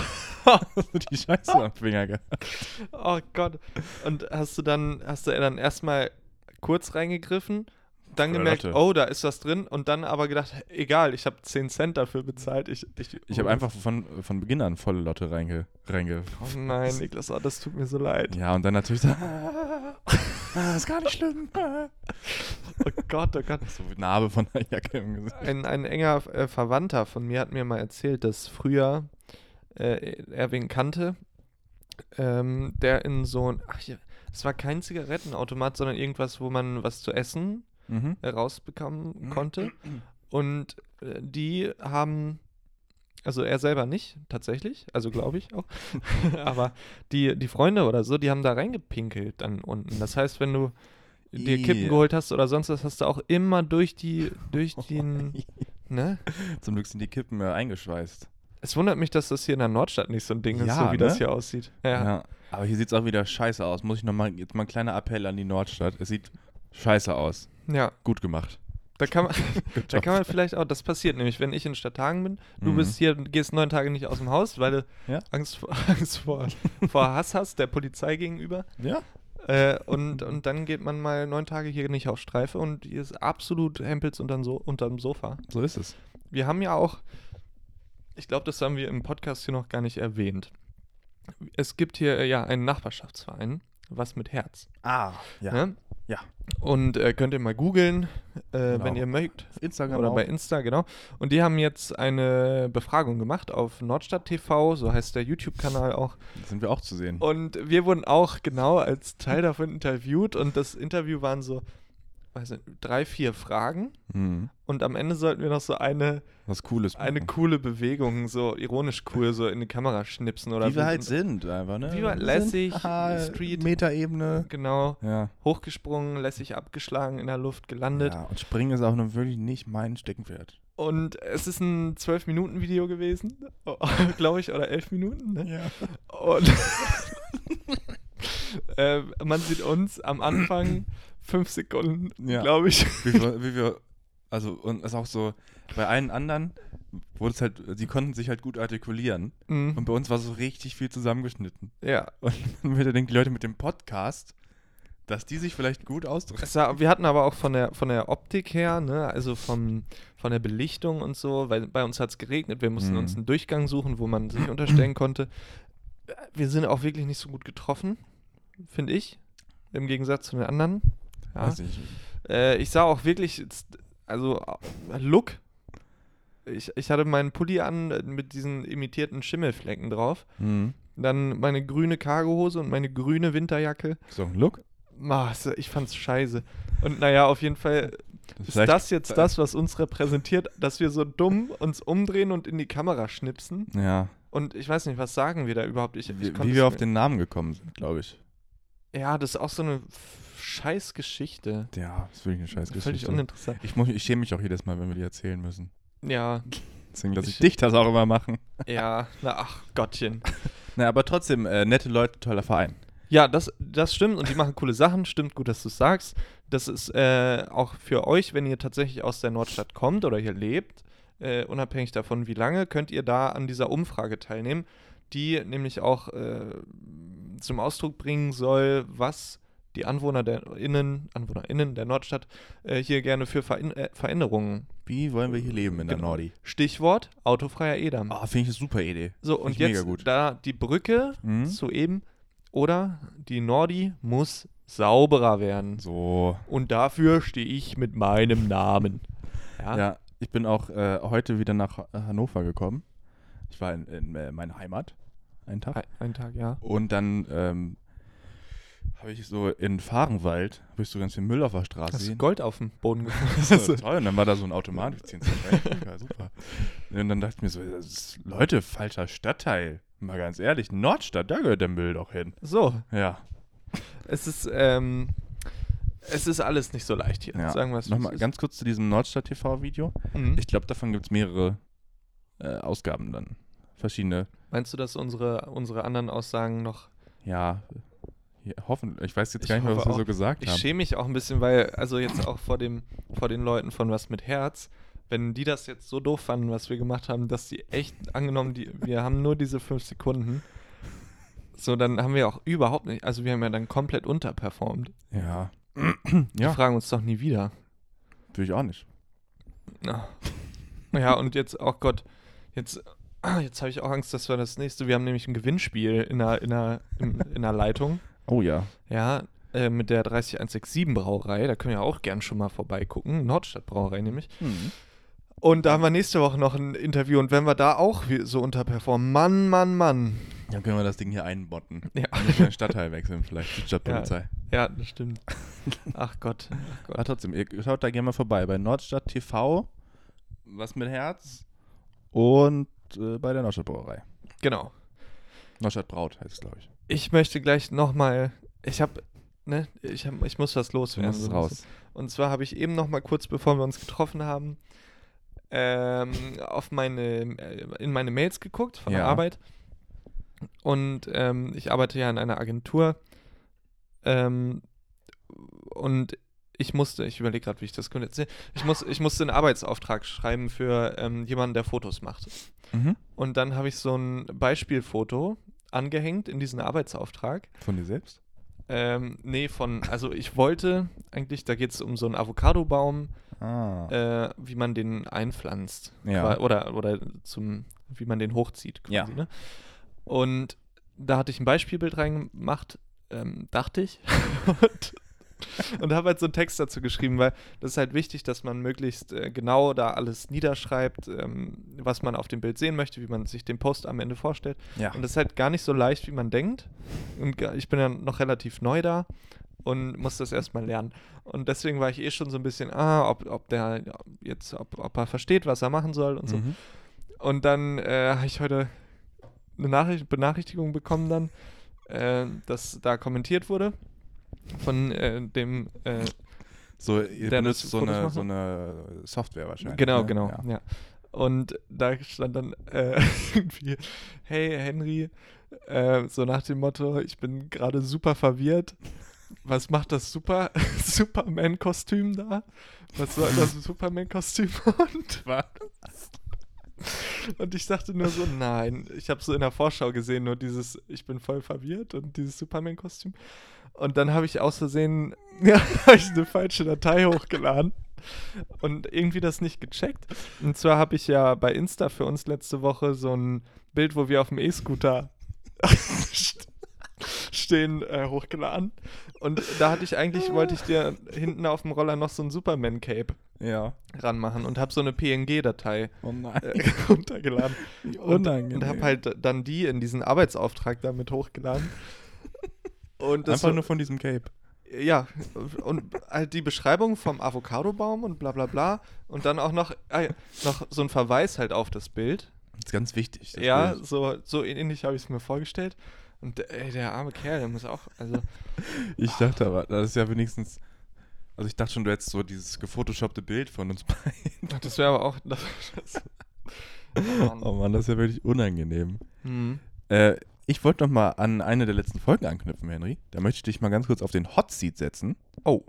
[SPEAKER 4] die Scheiße am Finger gehabt.
[SPEAKER 3] oh Gott. Und hast du dann, hast du dann erstmal kurz reingegriffen, dann
[SPEAKER 4] Oder
[SPEAKER 3] gemerkt,
[SPEAKER 4] Latte.
[SPEAKER 3] oh, da ist was drin und dann aber gedacht, egal, ich habe 10 Cent dafür bezahlt. Ich, ich,
[SPEAKER 4] Ich habe einfach von, von Beginn an volle Lotte reinge, reinge.
[SPEAKER 3] Oh nein, Niklas, oh, das tut mir so leid.
[SPEAKER 4] Ja, und dann natürlich so, Ah, ist gar nicht schlimm. Ah.
[SPEAKER 3] Oh Gott, oh Gott.
[SPEAKER 4] So wie Narbe von der Jacke im Gesicht.
[SPEAKER 3] Ein, ein enger äh, Verwandter von mir hat mir mal erzählt, dass früher äh, er wen kannte, ähm, der in so ein. Ach ja, es war kein Zigarettenautomat, sondern irgendwas, wo man was zu essen
[SPEAKER 4] Mhm.
[SPEAKER 3] äh, rausbekommen konnte. Und äh, die haben, also er selber nicht, tatsächlich, also glaube ich auch, aber die, die Freunde oder so, die haben da reingepinkelt dann unten. Das heißt, wenn du dir Kippen
[SPEAKER 4] Ih.
[SPEAKER 3] geholt hast oder sonst was, hast du auch immer durch die, durch den, ne?
[SPEAKER 4] Zum Glück sind die Kippen ja eingeschweißt.
[SPEAKER 3] Es wundert mich, dass das hier in der Nordstadt nicht so ein Ding ist, so
[SPEAKER 4] Ja,
[SPEAKER 3] wie das
[SPEAKER 4] ne?
[SPEAKER 3] hier aussieht. Ja.
[SPEAKER 4] Aber hier sieht es auch wieder scheiße aus. Muss ich nochmal, jetzt mal ein kleiner Appell an die Nordstadt. Es sieht scheiße aus.
[SPEAKER 3] ja.
[SPEAKER 4] Gut gemacht.
[SPEAKER 3] Da kann man,
[SPEAKER 4] Good
[SPEAKER 3] da
[SPEAKER 4] job.
[SPEAKER 3] kann man vielleicht auch, das passiert nämlich, wenn ich in Stadthagen bin, du
[SPEAKER 4] Mhm.
[SPEAKER 3] bist hier, gehst neun Tage nicht aus dem Haus, weil du
[SPEAKER 4] Ja.
[SPEAKER 3] Angst, vor, Angst vor, vor Hass hast, der Polizei gegenüber.
[SPEAKER 4] Ja.
[SPEAKER 3] Äh, und, und dann geht man mal neun Tage hier nicht auf Streife und hier ist absolut Hempels unterm, so unterm Sofa.
[SPEAKER 4] So ist es.
[SPEAKER 3] Wir haben ja auch, ich glaube, das haben wir im Podcast hier noch gar nicht erwähnt. Es gibt hier äh, ja einen Nachbarschaftsverein, was mit Herz.
[SPEAKER 4] Ah, ja.
[SPEAKER 3] Ne?
[SPEAKER 4] Ja.
[SPEAKER 3] Und äh, könnt ihr mal googeln, äh,
[SPEAKER 4] Genau.
[SPEAKER 3] wenn ihr mögt.
[SPEAKER 4] Auf Instagram
[SPEAKER 3] Oder
[SPEAKER 4] auch.
[SPEAKER 3] bei Insta, genau. Und die haben jetzt eine Befragung gemacht auf Nordstadt TV, so heißt der YouTube-Kanal auch.
[SPEAKER 4] sind wir auch zu sehen.
[SPEAKER 3] Und wir wurden auch genau als Teil davon interviewt. Und das Interview waren so, weiß nicht, drei, vier Fragen.
[SPEAKER 4] Mhm.
[SPEAKER 3] Und am Ende sollten wir noch so eine,
[SPEAKER 4] Was Cooles. Mhm.
[SPEAKER 3] eine
[SPEAKER 4] machen.
[SPEAKER 3] coole Bewegung, so ironisch cool, so in die Kamera schnipsen oder
[SPEAKER 4] Wie wir halt
[SPEAKER 3] so.
[SPEAKER 4] sind, einfach, ne?
[SPEAKER 3] Wie wir
[SPEAKER 4] sind,
[SPEAKER 3] lässig,
[SPEAKER 4] aha,
[SPEAKER 3] Street.
[SPEAKER 4] Metaebene.
[SPEAKER 3] Genau.
[SPEAKER 4] Ja.
[SPEAKER 3] Hochgesprungen, lässig abgeschlagen, in der Luft gelandet.
[SPEAKER 4] ja. Und Springen ist auch nun wirklich nicht mein Steckenpferd.
[SPEAKER 3] Und es ist ein 12-Minuten-Video gewesen, glaube ich, oder 11 Minuten. Ne?
[SPEAKER 4] Ja.
[SPEAKER 3] Und äh, man sieht uns am Anfang fünf Sekunden,
[SPEAKER 4] Ja.
[SPEAKER 3] glaube ich.
[SPEAKER 4] wie, wir, wie wir, also, und es ist auch so, bei allen anderen wurde es halt, die konnten sich halt gut artikulieren. Und
[SPEAKER 3] Mhm.
[SPEAKER 4] bei uns war so richtig viel zusammengeschnitten.
[SPEAKER 3] Ja.
[SPEAKER 4] Und dann würde denken die Leute mit dem Podcast, dass die sich vielleicht gut ausdrücken.
[SPEAKER 3] Es war, wir hatten aber auch von der, von der Optik her, ne, also vom, von der Belichtung und so, weil bei uns hat es geregnet, wir mussten
[SPEAKER 4] Mhm.
[SPEAKER 3] uns einen Durchgang suchen, wo man sich unterstellen konnte. Wir sind auch wirklich nicht so gut getroffen, finde ich, im Gegensatz zu den anderen. Ja.
[SPEAKER 4] Weiß nicht.
[SPEAKER 3] Äh, ich sah auch wirklich, jetzt- also äh, Look. Ich, ich hatte meinen Pulli an äh, mit diesen imitierten Schimmelflecken drauf.
[SPEAKER 4] Mhm.
[SPEAKER 3] Dann meine grüne Cargohose und meine grüne Winterjacke.
[SPEAKER 4] So, look.
[SPEAKER 3] Ah, so- ich fand's scheiße. Und naja, auf jeden Fall ist das
[SPEAKER 4] äh,
[SPEAKER 3] jetzt das, was uns repräsentiert, dass wir so dumm uns umdrehen und in die Kamera schnipsen.
[SPEAKER 4] Ja,
[SPEAKER 3] Und ich weiß nicht, was sagen wir da überhaupt? Ich, ich
[SPEAKER 4] wie,
[SPEAKER 3] konnte
[SPEAKER 4] wie wir
[SPEAKER 3] es
[SPEAKER 4] auf
[SPEAKER 3] mir-
[SPEAKER 4] den Namen gekommen sind, glaube ich.
[SPEAKER 3] Ja, das ist auch so eine Scheißgeschichte.
[SPEAKER 4] Ja, das ist wirklich eine scheiß
[SPEAKER 3] Völlig
[SPEAKER 4] Geschichte.
[SPEAKER 3] uninteressant.
[SPEAKER 4] Ich, muss, ich schäme mich auch jedes Mal, wenn wir die erzählen müssen.
[SPEAKER 3] Ja,
[SPEAKER 4] Deswegen lasse ich,
[SPEAKER 3] Ich-
[SPEAKER 4] dich das auch immer machen.
[SPEAKER 3] ja, na ach Gottchen.
[SPEAKER 4] Na, aber trotzdem, äh, nette Leute, toller Verein.
[SPEAKER 3] Ja, das, das stimmt und die machen coole Sachen. Stimmt gut, dass du es sagst. Das ist äh, auch für euch, wenn ihr tatsächlich aus der Nordstadt kommt oder hier lebt, äh, unabhängig davon, wie lange, könnt ihr da an dieser Umfrage teilnehmen, die nämlich auch äh, zum Ausdruck bringen soll, was die Anwohner der Innen, AnwohnerInnen der Nordstadt äh, hier gerne für Verin äh, Veränderungen.
[SPEAKER 4] Wie wollen wir hier leben in der
[SPEAKER 3] Genau.
[SPEAKER 4] Nordi?
[SPEAKER 3] Stichwort autofreier Edam.
[SPEAKER 4] Ah, finde ich eine super Idee.
[SPEAKER 3] So,
[SPEAKER 4] Find
[SPEAKER 3] und
[SPEAKER 4] ich mega
[SPEAKER 3] jetzt
[SPEAKER 4] gut.
[SPEAKER 3] da die Brücke
[SPEAKER 4] Mhm.
[SPEAKER 3] zu eben, oder die Nordi muss sauberer werden.
[SPEAKER 4] So.
[SPEAKER 3] Und dafür stehe ich mit meinem Namen. Ja.
[SPEAKER 4] Ja, ich bin auch äh, heute wieder nach Ha- Hannover gekommen. Ich war in, in äh, meiner Heimat einen Tag.
[SPEAKER 3] Ein, ein Tag, ja.
[SPEAKER 4] Und dann ähm, habe ich so in Fahrenwald, habe ich so ganz viel Müll auf der Straße
[SPEAKER 3] Hast du
[SPEAKER 4] gesehen.
[SPEAKER 3] Gold auf dem Boden gefunden?
[SPEAKER 4] Das war toll. Und dann war da so ein Automat. Ich zieh's rein. Ja, super. Und dann dachte ich mir so, das ist, Leute, falscher Stadtteil. Mal ganz ehrlich, Nordstadt, da gehört der Müll doch hin.
[SPEAKER 3] so,
[SPEAKER 4] Ja,
[SPEAKER 3] es ist, ähm, es ist alles nicht so leicht hier.
[SPEAKER 4] ja.
[SPEAKER 3] Sagen wir es wie
[SPEAKER 4] Nochmal
[SPEAKER 3] es ist.
[SPEAKER 4] ganz kurz zu diesem Nordstadt-TV-Video.
[SPEAKER 3] Mhm.
[SPEAKER 4] Ich glaube, davon gibt es mehrere äh, Ausgaben dann. Verschiedene
[SPEAKER 3] Meinst du, dass unsere, unsere anderen Aussagen noch.
[SPEAKER 4] Ja, ja hoffentlich. Ich weiß jetzt
[SPEAKER 3] Ich
[SPEAKER 4] gar nicht mehr, was
[SPEAKER 3] hoffe
[SPEAKER 4] wir so
[SPEAKER 3] auch.
[SPEAKER 4] gesagt
[SPEAKER 3] Ich
[SPEAKER 4] haben.
[SPEAKER 3] schäme mich auch ein bisschen, weil, also jetzt auch vor, dem, vor den Leuten von Was mit Herz, wenn die das jetzt so doof fanden, was wir gemacht haben, dass die echt angenommen, die, wir haben nur diese fünf Sekunden. So, dann haben wir auch überhaupt nicht, also wir haben ja dann komplett unterperformt.
[SPEAKER 4] Ja.
[SPEAKER 3] Die
[SPEAKER 4] ja,
[SPEAKER 3] fragen uns doch nie wieder.
[SPEAKER 4] will ich auch nicht.
[SPEAKER 3] Ja, ja und jetzt, oh Gott, jetzt, ah, jetzt habe ich auch Angst, das war das nächste. Wir haben nämlich ein Gewinnspiel in der, in der, in, in der Leitung.
[SPEAKER 4] Oh ja.
[SPEAKER 3] Ja, äh, mit der 30167 Brauerei. Da können wir auch gern schon mal vorbeigucken. Nordstadt Brauerei nämlich.
[SPEAKER 4] Hm.
[SPEAKER 3] Und da haben wir nächste Woche noch ein Interview. Und wenn wir da auch wie- so unterperformen, Mann, Mann, Mann.
[SPEAKER 4] Dann können wir das Ding hier einbotten.
[SPEAKER 3] Ja,
[SPEAKER 4] Dann müssen wir den Stadtteil wechseln, vielleicht die Stadtpolizei.
[SPEAKER 3] ja das stimmt. Ach Gott. Ach
[SPEAKER 4] Aber
[SPEAKER 3] Gott.
[SPEAKER 4] trotzdem, ihr schaut da gerne mal vorbei. Bei Nordstadt TV, was mit Herz und äh, bei der Nordstadt Brauerei.
[SPEAKER 3] Genau.
[SPEAKER 4] Nordstadt Braut heißt es, glaube ich.
[SPEAKER 3] Ich möchte gleich nochmal. Ich habe. Ne, ich, hab, ich muss das
[SPEAKER 4] Du
[SPEAKER 3] loswerden.
[SPEAKER 4] musst es
[SPEAKER 3] sonst-
[SPEAKER 4] raus.
[SPEAKER 3] Und zwar habe ich eben noch mal kurz, bevor wir uns getroffen haben, ähm, auf meine, äh, in meine Mails geguckt von der
[SPEAKER 4] Ja.
[SPEAKER 3] Arbeit. Und ähm, ich arbeite ja in einer Agentur. Ähm, und ich musste, ich überlege gerade, wie ich das könnte erzählen, ich, muss, ich musste einen Arbeitsauftrag schreiben für ähm, jemanden, der Fotos macht.
[SPEAKER 4] Mhm.
[SPEAKER 3] Und dann habe ich so ein Beispielfoto angehängt in diesen Arbeitsauftrag.
[SPEAKER 4] Von dir selbst?
[SPEAKER 3] Ähm, nee, von, also ich wollte eigentlich, da geht es um so einen Avocadobaum,
[SPEAKER 4] Ah.
[SPEAKER 3] äh, wie man den einpflanzt.
[SPEAKER 4] Ja.
[SPEAKER 3] Qua- Oder, oder zum, wie man den hochzieht quasi.
[SPEAKER 4] Ja.
[SPEAKER 3] Ne? Und da hatte ich ein Beispielbild reingemacht, ähm, dachte ich. und und habe halt so einen Text dazu geschrieben, weil das ist halt wichtig, dass man möglichst äh, genau da alles niederschreibt, ähm, was man auf dem Bild sehen möchte, wie man sich den Post am Ende vorstellt.
[SPEAKER 4] ja.
[SPEAKER 3] Und das ist halt gar nicht so leicht, wie man denkt. Und ga- ich bin ja noch relativ neu da und muss das erstmal lernen. Und deswegen war ich eh schon so ein bisschen, ah, ob, ob der jetzt, ob, ob er versteht, was er machen soll und so.
[SPEAKER 4] Mhm.
[SPEAKER 3] Und dann äh, habe ich heute eine Nachricht, Benachrichtigung bekommen dann, äh, dass da kommentiert wurde von äh, dem, äh,
[SPEAKER 4] So, ihr
[SPEAKER 3] Der
[SPEAKER 4] benutzt
[SPEAKER 3] das
[SPEAKER 4] so
[SPEAKER 3] Fotos
[SPEAKER 4] eine,
[SPEAKER 3] machen?
[SPEAKER 4] so eine Software wahrscheinlich.
[SPEAKER 3] genau,
[SPEAKER 4] ne?
[SPEAKER 3] genau, ja. Und da stand dann äh, irgendwie, hey Henry, äh, so nach dem Motto, ich bin gerade super verwirrt. Was macht das Super Superman-Kostüm da? Was soll das Superman-Kostüm? Und, und ich dachte nur so, nein, ich habe so in der Vorschau gesehen, nur dieses, ich bin voll verwirrt und dieses Superman-Kostüm. Und dann habe ich aus Versehen ja, hab ich eine falsche Datei hochgeladen und irgendwie das nicht gecheckt. Und zwar habe ich ja bei Insta für uns letzte Woche so ein Bild, wo wir auf dem E-Scooter st- stehen, äh, hochgeladen. Und da hatte ich eigentlich, wollte ich dir hinten auf dem Roller noch so ein Superman-Cape
[SPEAKER 4] Ja. ja.
[SPEAKER 3] ranmachen und habe so eine PNG-Datei
[SPEAKER 4] Oh nein.
[SPEAKER 3] äh, runtergeladen. Und,
[SPEAKER 4] Unangenehm.
[SPEAKER 3] und habe halt dann die in diesen Arbeitsauftrag damit hochgeladen. Und das
[SPEAKER 4] Einfach
[SPEAKER 3] war-
[SPEAKER 4] nur von diesem Cape.
[SPEAKER 3] ja, und halt die Beschreibung vom Avocadobaum und bla bla bla. Und dann auch noch, ah ja, noch so ein Verweis halt auf das Bild.
[SPEAKER 4] Das ist ganz wichtig. das
[SPEAKER 3] ja,
[SPEAKER 4] Bild.
[SPEAKER 3] so, so ähnlich habe ich es mir vorgestellt. Und ey, der arme Kerl, der muss auch, also,
[SPEAKER 4] Ich dachte aber, das ist ja wenigstens. Also ich dachte schon, du hättest so dieses gefotoshoppte Bild von uns beiden.
[SPEAKER 3] das wäre aber auch. Das, das, oh Mann.
[SPEAKER 4] Oh Mann, das ist ja wirklich unangenehm.
[SPEAKER 3] Hm.
[SPEAKER 4] Äh, ich wollte noch mal an eine der letzten Folgen anknüpfen, Henry. Da möchte ich dich mal ganz kurz auf den Hot Seat setzen.
[SPEAKER 3] Oh,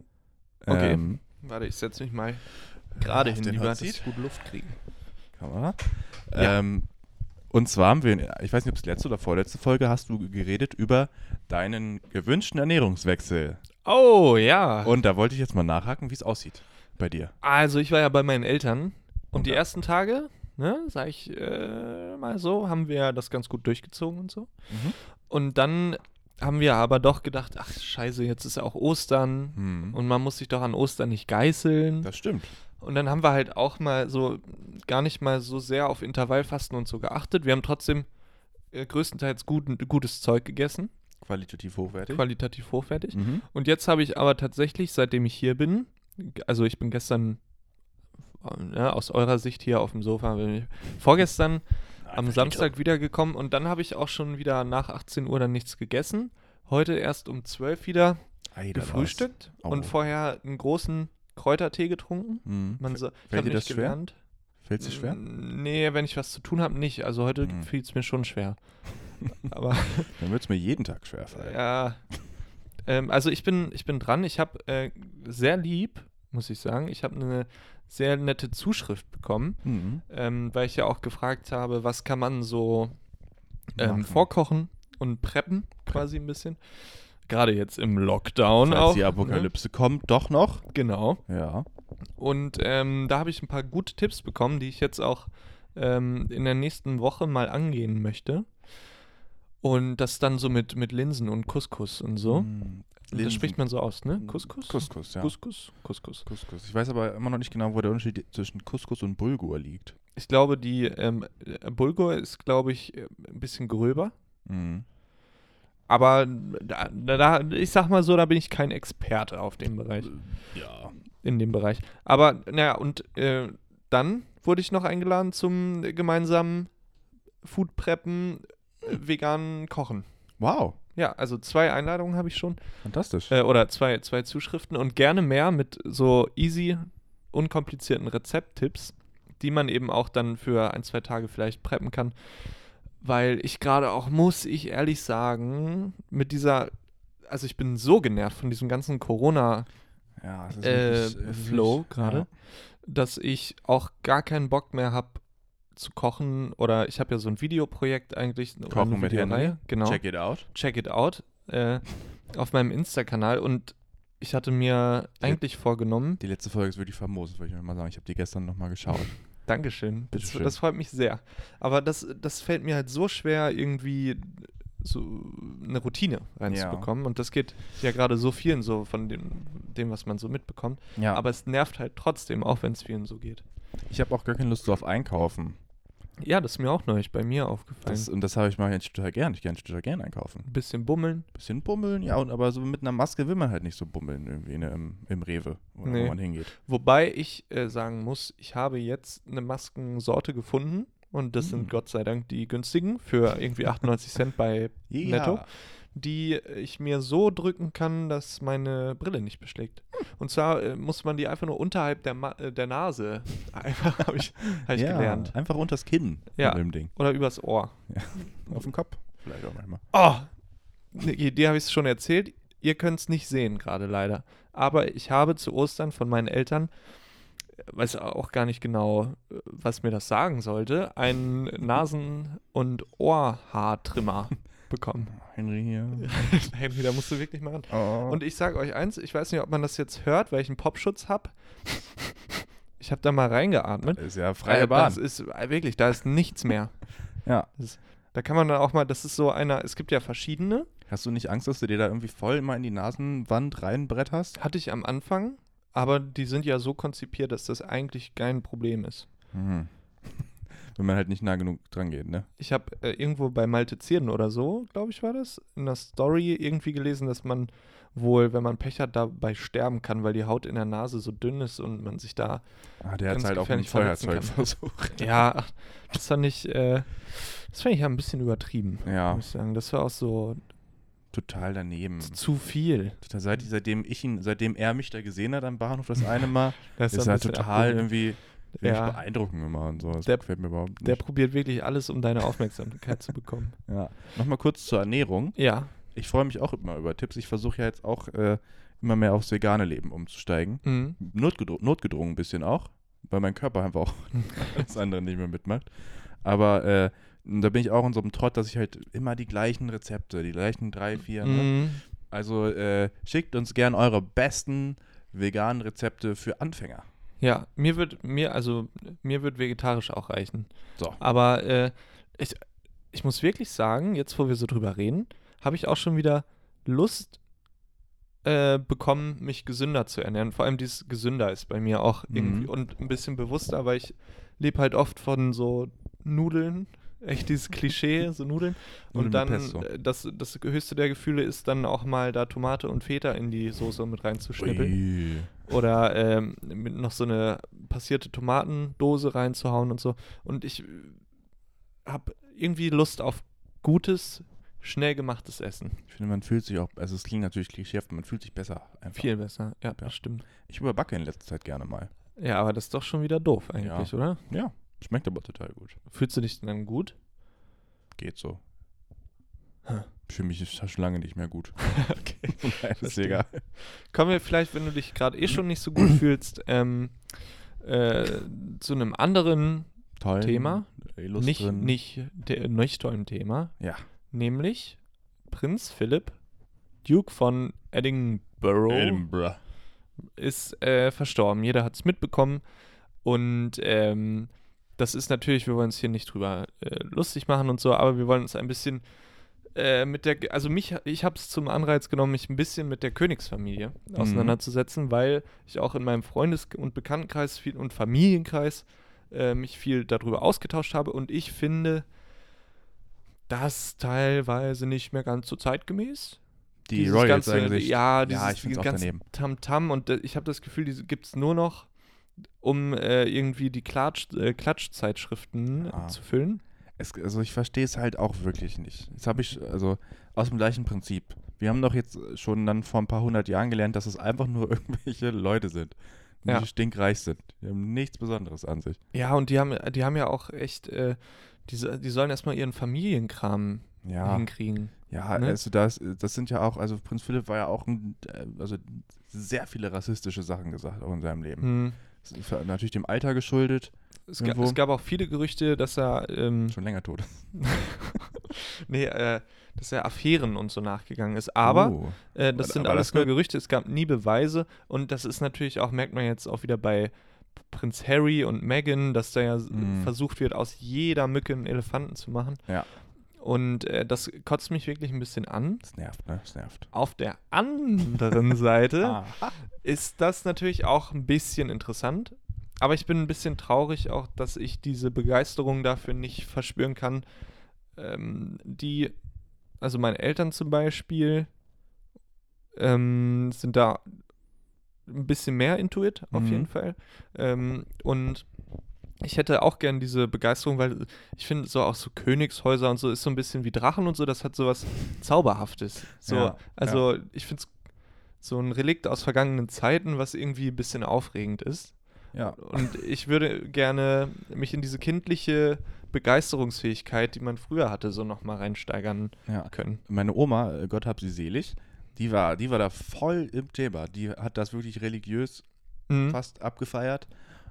[SPEAKER 3] Okay.
[SPEAKER 4] Ähm,
[SPEAKER 3] warte, ich setze mich mal gerade
[SPEAKER 4] Auf
[SPEAKER 3] hin,
[SPEAKER 4] den
[SPEAKER 3] lieber,
[SPEAKER 4] Hot
[SPEAKER 3] dass
[SPEAKER 4] Seat?
[SPEAKER 3] ich gut Luft kriege.
[SPEAKER 4] Kamera.
[SPEAKER 3] Ja.
[SPEAKER 4] Ähm, und zwar haben wir, ich weiß nicht, ob es letzte oder vorletzte Folge hast du geredet über deinen gewünschten Ernährungswechsel.
[SPEAKER 3] Oh, ja.
[SPEAKER 4] Und da wollte ich jetzt mal nachhaken, wie es aussieht bei dir.
[SPEAKER 3] Also ich war ja bei meinen Eltern und
[SPEAKER 4] Und
[SPEAKER 3] die
[SPEAKER 4] da-
[SPEAKER 3] ersten Tage, ne, sag ich äh, mal so, haben wir das ganz gut durchgezogen und so.
[SPEAKER 4] Mhm.
[SPEAKER 3] Und dann haben wir aber doch gedacht, ach scheiße, jetzt ist ja auch Ostern
[SPEAKER 4] Hm.
[SPEAKER 3] und man muss sich doch an Ostern nicht geißeln.
[SPEAKER 4] Das stimmt.
[SPEAKER 3] Und dann haben wir halt auch mal so gar nicht mal so sehr auf Intervallfasten und so geachtet. Wir haben trotzdem äh, größtenteils guten, gutes Zeug gegessen,
[SPEAKER 4] Qualitativ hochwertig.
[SPEAKER 3] qualitativ hochwertig.
[SPEAKER 4] mhm.
[SPEAKER 3] Und jetzt habe ich aber tatsächlich, seitdem ich hier bin, g- also ich bin gestern äh, ne, aus eurer Sicht hier auf dem Sofa, bin ich vorgestern am Samstag wiedergekommen und dann habe ich auch schon wieder nach 18 Uhr dann nichts gegessen. Heute erst um 12 wieder
[SPEAKER 4] Ei, da war's.
[SPEAKER 3] gefrühstückt
[SPEAKER 4] Au.
[SPEAKER 3] und vorher einen großen Kräutertee getrunken.
[SPEAKER 4] Hm.
[SPEAKER 3] Man so, ich
[SPEAKER 4] fällt
[SPEAKER 3] habe
[SPEAKER 4] dir
[SPEAKER 3] nicht
[SPEAKER 4] das schwer?
[SPEAKER 3] gelernt.
[SPEAKER 4] Fällt sich schwer?
[SPEAKER 3] Nee, wenn ich was zu tun habe, nicht. Also heute
[SPEAKER 4] Mhm.
[SPEAKER 3] fiel es mir schon schwer. Aber
[SPEAKER 4] Dann wird es mir jeden Tag schwer fallen.
[SPEAKER 3] ja. Ähm, also ich bin, ich bin dran. Ich habe äh, sehr lieb, muss ich sagen. Ich habe eine sehr nette Zuschrift bekommen,
[SPEAKER 4] Mhm.
[SPEAKER 3] ähm, weil ich ja auch gefragt habe, was kann man so ähm,
[SPEAKER 4] Machen.
[SPEAKER 3] vorkochen und preppen quasi ein bisschen. Gerade jetzt im Lockdown
[SPEAKER 4] Falls
[SPEAKER 3] auch.
[SPEAKER 4] die
[SPEAKER 3] ne?
[SPEAKER 4] Apokalypse kommt, doch noch.
[SPEAKER 3] Genau.
[SPEAKER 4] Ja.
[SPEAKER 3] Und ähm, da habe ich ein paar gute Tipps bekommen, die ich jetzt auch ähm, in der nächsten Woche mal angehen möchte. Und das dann so mit, mit Linsen und Couscous und so.
[SPEAKER 4] Hm.
[SPEAKER 3] Das spricht man so aus, ne? Couscous?
[SPEAKER 4] Couscous, ja.
[SPEAKER 3] Couscous? Couscous.
[SPEAKER 4] Couscous. Ich weiß aber immer noch nicht genau, wo der Unterschied zwischen Couscous und Bulgur liegt.
[SPEAKER 3] Ich glaube, die ähm, äh, Bulgur ist, glaube ich, äh, ein bisschen gröber.
[SPEAKER 4] Mhm.
[SPEAKER 3] Aber da, da, ich sag mal so, da bin ich kein Experte auf dem Bereich.
[SPEAKER 4] Ja.
[SPEAKER 3] in dem Bereich. Aber naja, und äh, dann wurde ich noch eingeladen zum äh, gemeinsamen Food Preppen, äh, veganen Kochen.
[SPEAKER 4] Wow,
[SPEAKER 3] Ja, also zwei Einladungen habe ich schon.
[SPEAKER 4] fantastisch.
[SPEAKER 3] Äh, oder zwei, zwei Zuschriften und gerne mehr mit so easy, unkomplizierten Rezepttipps, die man eben auch dann für ein, zwei Tage vielleicht preppen kann. Weil ich gerade auch, muss ich ehrlich sagen, mit dieser, also ich bin so genervt von diesem ganzen Corona-
[SPEAKER 4] ja, es ist
[SPEAKER 3] äh,
[SPEAKER 4] wirklich, äh,
[SPEAKER 3] Flow
[SPEAKER 4] wirklich-
[SPEAKER 3] gerade,
[SPEAKER 4] Ja.
[SPEAKER 3] dass ich auch gar keinen Bock mehr habe zu kochen oder ich habe ja so ein Videoprojekt eigentlich. oder
[SPEAKER 4] Kochen
[SPEAKER 3] eine
[SPEAKER 4] mit
[SPEAKER 3] Videoreihe,
[SPEAKER 4] Henry.
[SPEAKER 3] Genau.
[SPEAKER 4] Check it out.
[SPEAKER 3] Check it out äh, auf meinem Insta-Kanal und ich hatte mir eigentlich vorgenommen,
[SPEAKER 4] Die letzte Folge ist wirklich famos, wollte ich mir mal sagen. Ich habe die gestern nochmal geschaut.
[SPEAKER 3] Dankeschön, das,
[SPEAKER 4] Bitteschön.
[SPEAKER 3] das freut mich sehr. Aber das, das fällt mir halt so schwer, irgendwie so eine Routine reinzubekommen und das geht ja gerade so vielen so von dem, dem, was man so mitbekommt.
[SPEAKER 4] ja,
[SPEAKER 3] Aber es nervt halt trotzdem, auch wenn es vielen so geht.
[SPEAKER 4] ich habe auch gar keine Lust so auf Einkaufen.
[SPEAKER 3] Ja, das ist mir auch neulich bei mir aufgefallen.
[SPEAKER 4] Das, und das habe ich mal jetzt total gern. Ich kann total gern einkaufen.
[SPEAKER 3] ein bisschen bummeln.
[SPEAKER 4] Bisschen bummeln, ja, und, aber so mit einer Maske will man halt nicht so bummeln irgendwie ne, im, im Rewe, oder
[SPEAKER 3] Nee.
[SPEAKER 4] wo man hingeht.
[SPEAKER 3] Wobei ich äh, sagen muss, ich habe jetzt eine Maskensorte gefunden. Und das
[SPEAKER 4] Hm.
[SPEAKER 3] sind Gott sei Dank die günstigen für irgendwie 98 Cent bei, Netto? die ich mir so drücken kann, dass meine Brille nicht beschlägt. Und zwar äh, muss man die einfach nur unterhalb der, Ma äh, der Nase einfach, habe ich, hab ich
[SPEAKER 4] ja,
[SPEAKER 3] gelernt.
[SPEAKER 4] Einfach unters Kinn
[SPEAKER 3] Ja.
[SPEAKER 4] mit dem Ding.
[SPEAKER 3] Oder übers Ohr.
[SPEAKER 4] Auf dem Kopf. Vielleicht auch manchmal.
[SPEAKER 3] Oh, ne, dir habe ich es schon erzählt. Ihr könnt es nicht sehen gerade leider. Aber ich habe zu Ostern von meinen Eltern, äh, weiß auch gar nicht genau, äh, was mir das sagen sollte, einen Nasen- und Ohrhaartrimmer bekommen.
[SPEAKER 4] Henry hier.
[SPEAKER 3] Henry, da musst du wirklich mal ran.
[SPEAKER 4] Oh.
[SPEAKER 3] Und ich sage euch eins, ich weiß nicht, ob man das jetzt hört, weil ich einen Popschutz habe. Ich habe da mal reingeatmet.
[SPEAKER 4] ist ja freie
[SPEAKER 3] Äh,
[SPEAKER 4] Bahn.
[SPEAKER 3] Das ist äh, wirklich, da ist nichts mehr.
[SPEAKER 4] ja.
[SPEAKER 3] Da kann man dann auch mal, das ist so einer, es gibt ja verschiedene.
[SPEAKER 4] Hast du nicht Angst, dass du dir da irgendwie voll immer in die Nasenwand reinbretterst?
[SPEAKER 3] Hatte ich am Anfang, aber die sind ja so konzipiert, dass das eigentlich kein Problem ist.
[SPEAKER 4] Mhm. Wenn man halt nicht nah genug dran geht, ne?
[SPEAKER 3] Ich habe äh, irgendwo bei Malte Zierden oder so, glaube ich, war das, in der Story irgendwie gelesen, dass man wohl, wenn man Pech hat, dabei sterben kann, weil die Haut in der Nase so dünn ist und man sich da
[SPEAKER 4] Ah, der hat
[SPEAKER 3] Ganz
[SPEAKER 4] halt auch ein
[SPEAKER 3] gefährlich verletzen
[SPEAKER 4] Feuerzeug
[SPEAKER 3] kann.
[SPEAKER 4] versucht.
[SPEAKER 3] Ja, ach, das fand ich, äh, das fand ich ja ein bisschen übertrieben,
[SPEAKER 4] Ja. Mhm.
[SPEAKER 3] muss ich sagen. Das war auch so
[SPEAKER 4] Total daneben.
[SPEAKER 3] zu- zu viel.
[SPEAKER 4] Total, seit, seitdem ich ihn, seitdem er mich da gesehen hat am Bahnhof das eine Mal,
[SPEAKER 3] Das
[SPEAKER 4] ist,
[SPEAKER 3] ein
[SPEAKER 4] er
[SPEAKER 3] bisschen
[SPEAKER 4] total
[SPEAKER 3] abgehoben.
[SPEAKER 4] irgendwie wirklich
[SPEAKER 3] Ja.
[SPEAKER 4] beeindruckend immer und so. Das
[SPEAKER 3] Der-
[SPEAKER 4] gefällt mir überhaupt
[SPEAKER 3] Der
[SPEAKER 4] nicht.
[SPEAKER 3] probiert wirklich alles, um deine Aufmerksamkeit zu bekommen.
[SPEAKER 4] Ja. Nochmal kurz zur Ernährung.
[SPEAKER 3] Ja.
[SPEAKER 4] Ich freue mich auch immer über Tipps. Ich versuche ja jetzt auch äh, immer mehr aufs vegane Leben umzusteigen.
[SPEAKER 3] Mhm.
[SPEAKER 4] notgedru notgedrungen ein bisschen auch, weil mein Körper einfach auch alles andere nicht mehr mitmacht. Aber äh, da bin ich auch in so einem Trott, dass ich halt immer die gleichen Rezepte, die gleichen drei, vier. Ne?
[SPEAKER 3] Mhm.
[SPEAKER 4] Also äh, schickt uns gern eure besten veganen Rezepte für Anfänger.
[SPEAKER 3] Ja, mir wird, mir, also, mir wird vegetarisch auch reichen.
[SPEAKER 4] So.
[SPEAKER 3] Aber äh, ich, ich muss wirklich sagen, jetzt wo wir so drüber reden, habe ich auch schon wieder Lust äh, bekommen, mich gesünder zu ernähren. Vor allem dieses gesünder ist bei mir auch irgendwie
[SPEAKER 4] Mhm.
[SPEAKER 3] und ein bisschen bewusster, weil ich lebe halt oft von so Nudeln. Echt dieses Klischee, so Nudeln.
[SPEAKER 4] Nudeln
[SPEAKER 3] Und
[SPEAKER 4] mit
[SPEAKER 3] dann
[SPEAKER 4] Pesto.
[SPEAKER 3] äh, das, das höchste der Gefühle ist dann auch mal da Tomate und Feta in die Soße mit reinzuschnippeln.
[SPEAKER 4] Ui.
[SPEAKER 3] Oder ähm, mit noch so eine passierte Tomatendose reinzuhauen und so. Und ich habe irgendwie Lust auf gutes, schnell gemachtes Essen.
[SPEAKER 4] Ich finde, man fühlt sich auch, also es klingt natürlich klischeehaft, man fühlt sich besser. Einfach.
[SPEAKER 3] Viel besser. Ja,
[SPEAKER 4] Ja.
[SPEAKER 3] das stimmt.
[SPEAKER 4] Ich überbacke in letzter Zeit gerne mal.
[SPEAKER 3] Ja, aber das ist doch schon wieder doof eigentlich, oder?
[SPEAKER 4] Ja, schmeckt aber total gut.
[SPEAKER 3] Fühlst du dich denn dann gut?
[SPEAKER 4] Geht so. Für mich ist das schon lange nicht mehr gut.
[SPEAKER 3] okay.
[SPEAKER 4] Von daher ist es
[SPEAKER 3] Verstehe.
[SPEAKER 4] egal.
[SPEAKER 3] Kommen wir vielleicht, wenn du dich gerade eh schon nicht so gut fühlst, ähm, äh, zu einem anderen,
[SPEAKER 4] Toll.
[SPEAKER 3] Thema? nicht,
[SPEAKER 4] Illustren.
[SPEAKER 3] nicht, de, nicht tollen Thema,
[SPEAKER 4] Ja.
[SPEAKER 3] nämlich Prinz Philipp, Duke von Edinburgh,
[SPEAKER 4] Edinburgh.
[SPEAKER 3] ist äh, verstorben. Jeder hat es mitbekommen. Und ähm, das ist natürlich, wir wollen uns hier nicht drüber äh, lustig machen und so, aber wir wollen uns ein bisschen äh, mit der, also mich, ich habe es zum Anreiz genommen, mich ein bisschen mit der Königsfamilie auseinanderzusetzen, weil ich auch in meinem Freundes- und Bekanntenkreis viel und Familienkreis äh, mich viel darüber ausgetauscht habe und ich finde das teilweise nicht mehr ganz so zeitgemäß.
[SPEAKER 4] Die
[SPEAKER 3] Dieses
[SPEAKER 4] Royals
[SPEAKER 3] ganze-
[SPEAKER 4] eigentlich.
[SPEAKER 3] Ja, dieses,
[SPEAKER 4] ja, ich finde
[SPEAKER 3] dieses
[SPEAKER 4] auch
[SPEAKER 3] ganze
[SPEAKER 4] daneben.
[SPEAKER 3] Tamtam und äh, ich habe das Gefühl, die gibt es nur noch, um äh, irgendwie die Klatsch, äh, Klatschzeitschriften äh,
[SPEAKER 4] Ah.
[SPEAKER 3] zu füllen.
[SPEAKER 4] Es, also ich verstehe es halt auch wirklich nicht. Jetzt habe ich, also aus dem gleichen Prinzip. Wir haben doch jetzt schon dann vor ein paar hundert Jahren gelernt, dass es einfach nur irgendwelche Leute sind, die
[SPEAKER 3] Ja.
[SPEAKER 4] stinkreich sind. Die haben nichts Besonderes an sich.
[SPEAKER 3] Ja, und die haben, die haben ja auch echt, äh, die, so- die sollen erstmal ihren Familienkram
[SPEAKER 4] Ja,
[SPEAKER 3] hinkriegen.
[SPEAKER 4] ja,
[SPEAKER 3] ne?
[SPEAKER 4] also das, das sind ja auch, also Prinz Philipp war ja auch, ein, äh, also sehr viele rassistische Sachen gesagt auch in seinem Leben.
[SPEAKER 3] Hm.
[SPEAKER 4] Das ist natürlich dem Alter geschuldet,
[SPEAKER 3] Es, ga,
[SPEAKER 4] Irgendwo.
[SPEAKER 3] es gab auch viele Gerüchte, dass er, ähm,
[SPEAKER 4] schon länger tot.
[SPEAKER 3] nee, äh, dass er Affären und so nachgegangen ist. Aber
[SPEAKER 4] Oh.
[SPEAKER 3] äh, das sind
[SPEAKER 4] aber
[SPEAKER 3] alles
[SPEAKER 4] das
[SPEAKER 3] nur
[SPEAKER 4] wird-
[SPEAKER 3] Gerüchte, es gab nie Beweise. Und das ist natürlich auch, merkt man jetzt auch wieder bei Prinz Harry und Meghan, dass da ja s-
[SPEAKER 4] Mhm.
[SPEAKER 3] versucht wird, aus jeder Mücke einen Elefanten zu machen.
[SPEAKER 4] Ja.
[SPEAKER 3] Und äh, das kotzt mich wirklich ein bisschen an.
[SPEAKER 4] Das nervt, ne? Das nervt.
[SPEAKER 3] Auf der anderen Seite
[SPEAKER 4] Ah.
[SPEAKER 3] ist das natürlich auch ein bisschen interessant. Aber ich bin ein bisschen traurig auch, dass ich diese Begeisterung dafür nicht verspüren kann, ähm, die, also meine Eltern zum Beispiel, ähm, sind da ein bisschen mehr intuit, auf
[SPEAKER 4] Mhm.
[SPEAKER 3] jeden Fall. Ähm, und ich hätte auch gern diese Begeisterung, weil ich finde, so auch so Königshäuser und so ist so ein bisschen wie Drachen und so, das hat sowas Zauberhaftes. So,
[SPEAKER 4] Ja,
[SPEAKER 3] also ich finde es so ein Relikt aus vergangenen Zeiten, was irgendwie ein bisschen aufregend ist.
[SPEAKER 4] Ja.
[SPEAKER 3] Und ich würde gerne mich in diese kindliche Begeisterungsfähigkeit, die man früher hatte, so nochmal reinsteigern
[SPEAKER 4] ja.
[SPEAKER 3] können.
[SPEAKER 4] meine Oma, äh, Gott hab sie selig, die war, die war da voll im Thema. Die hat das wirklich religiös
[SPEAKER 3] Mhm.
[SPEAKER 4] fast abgefeiert.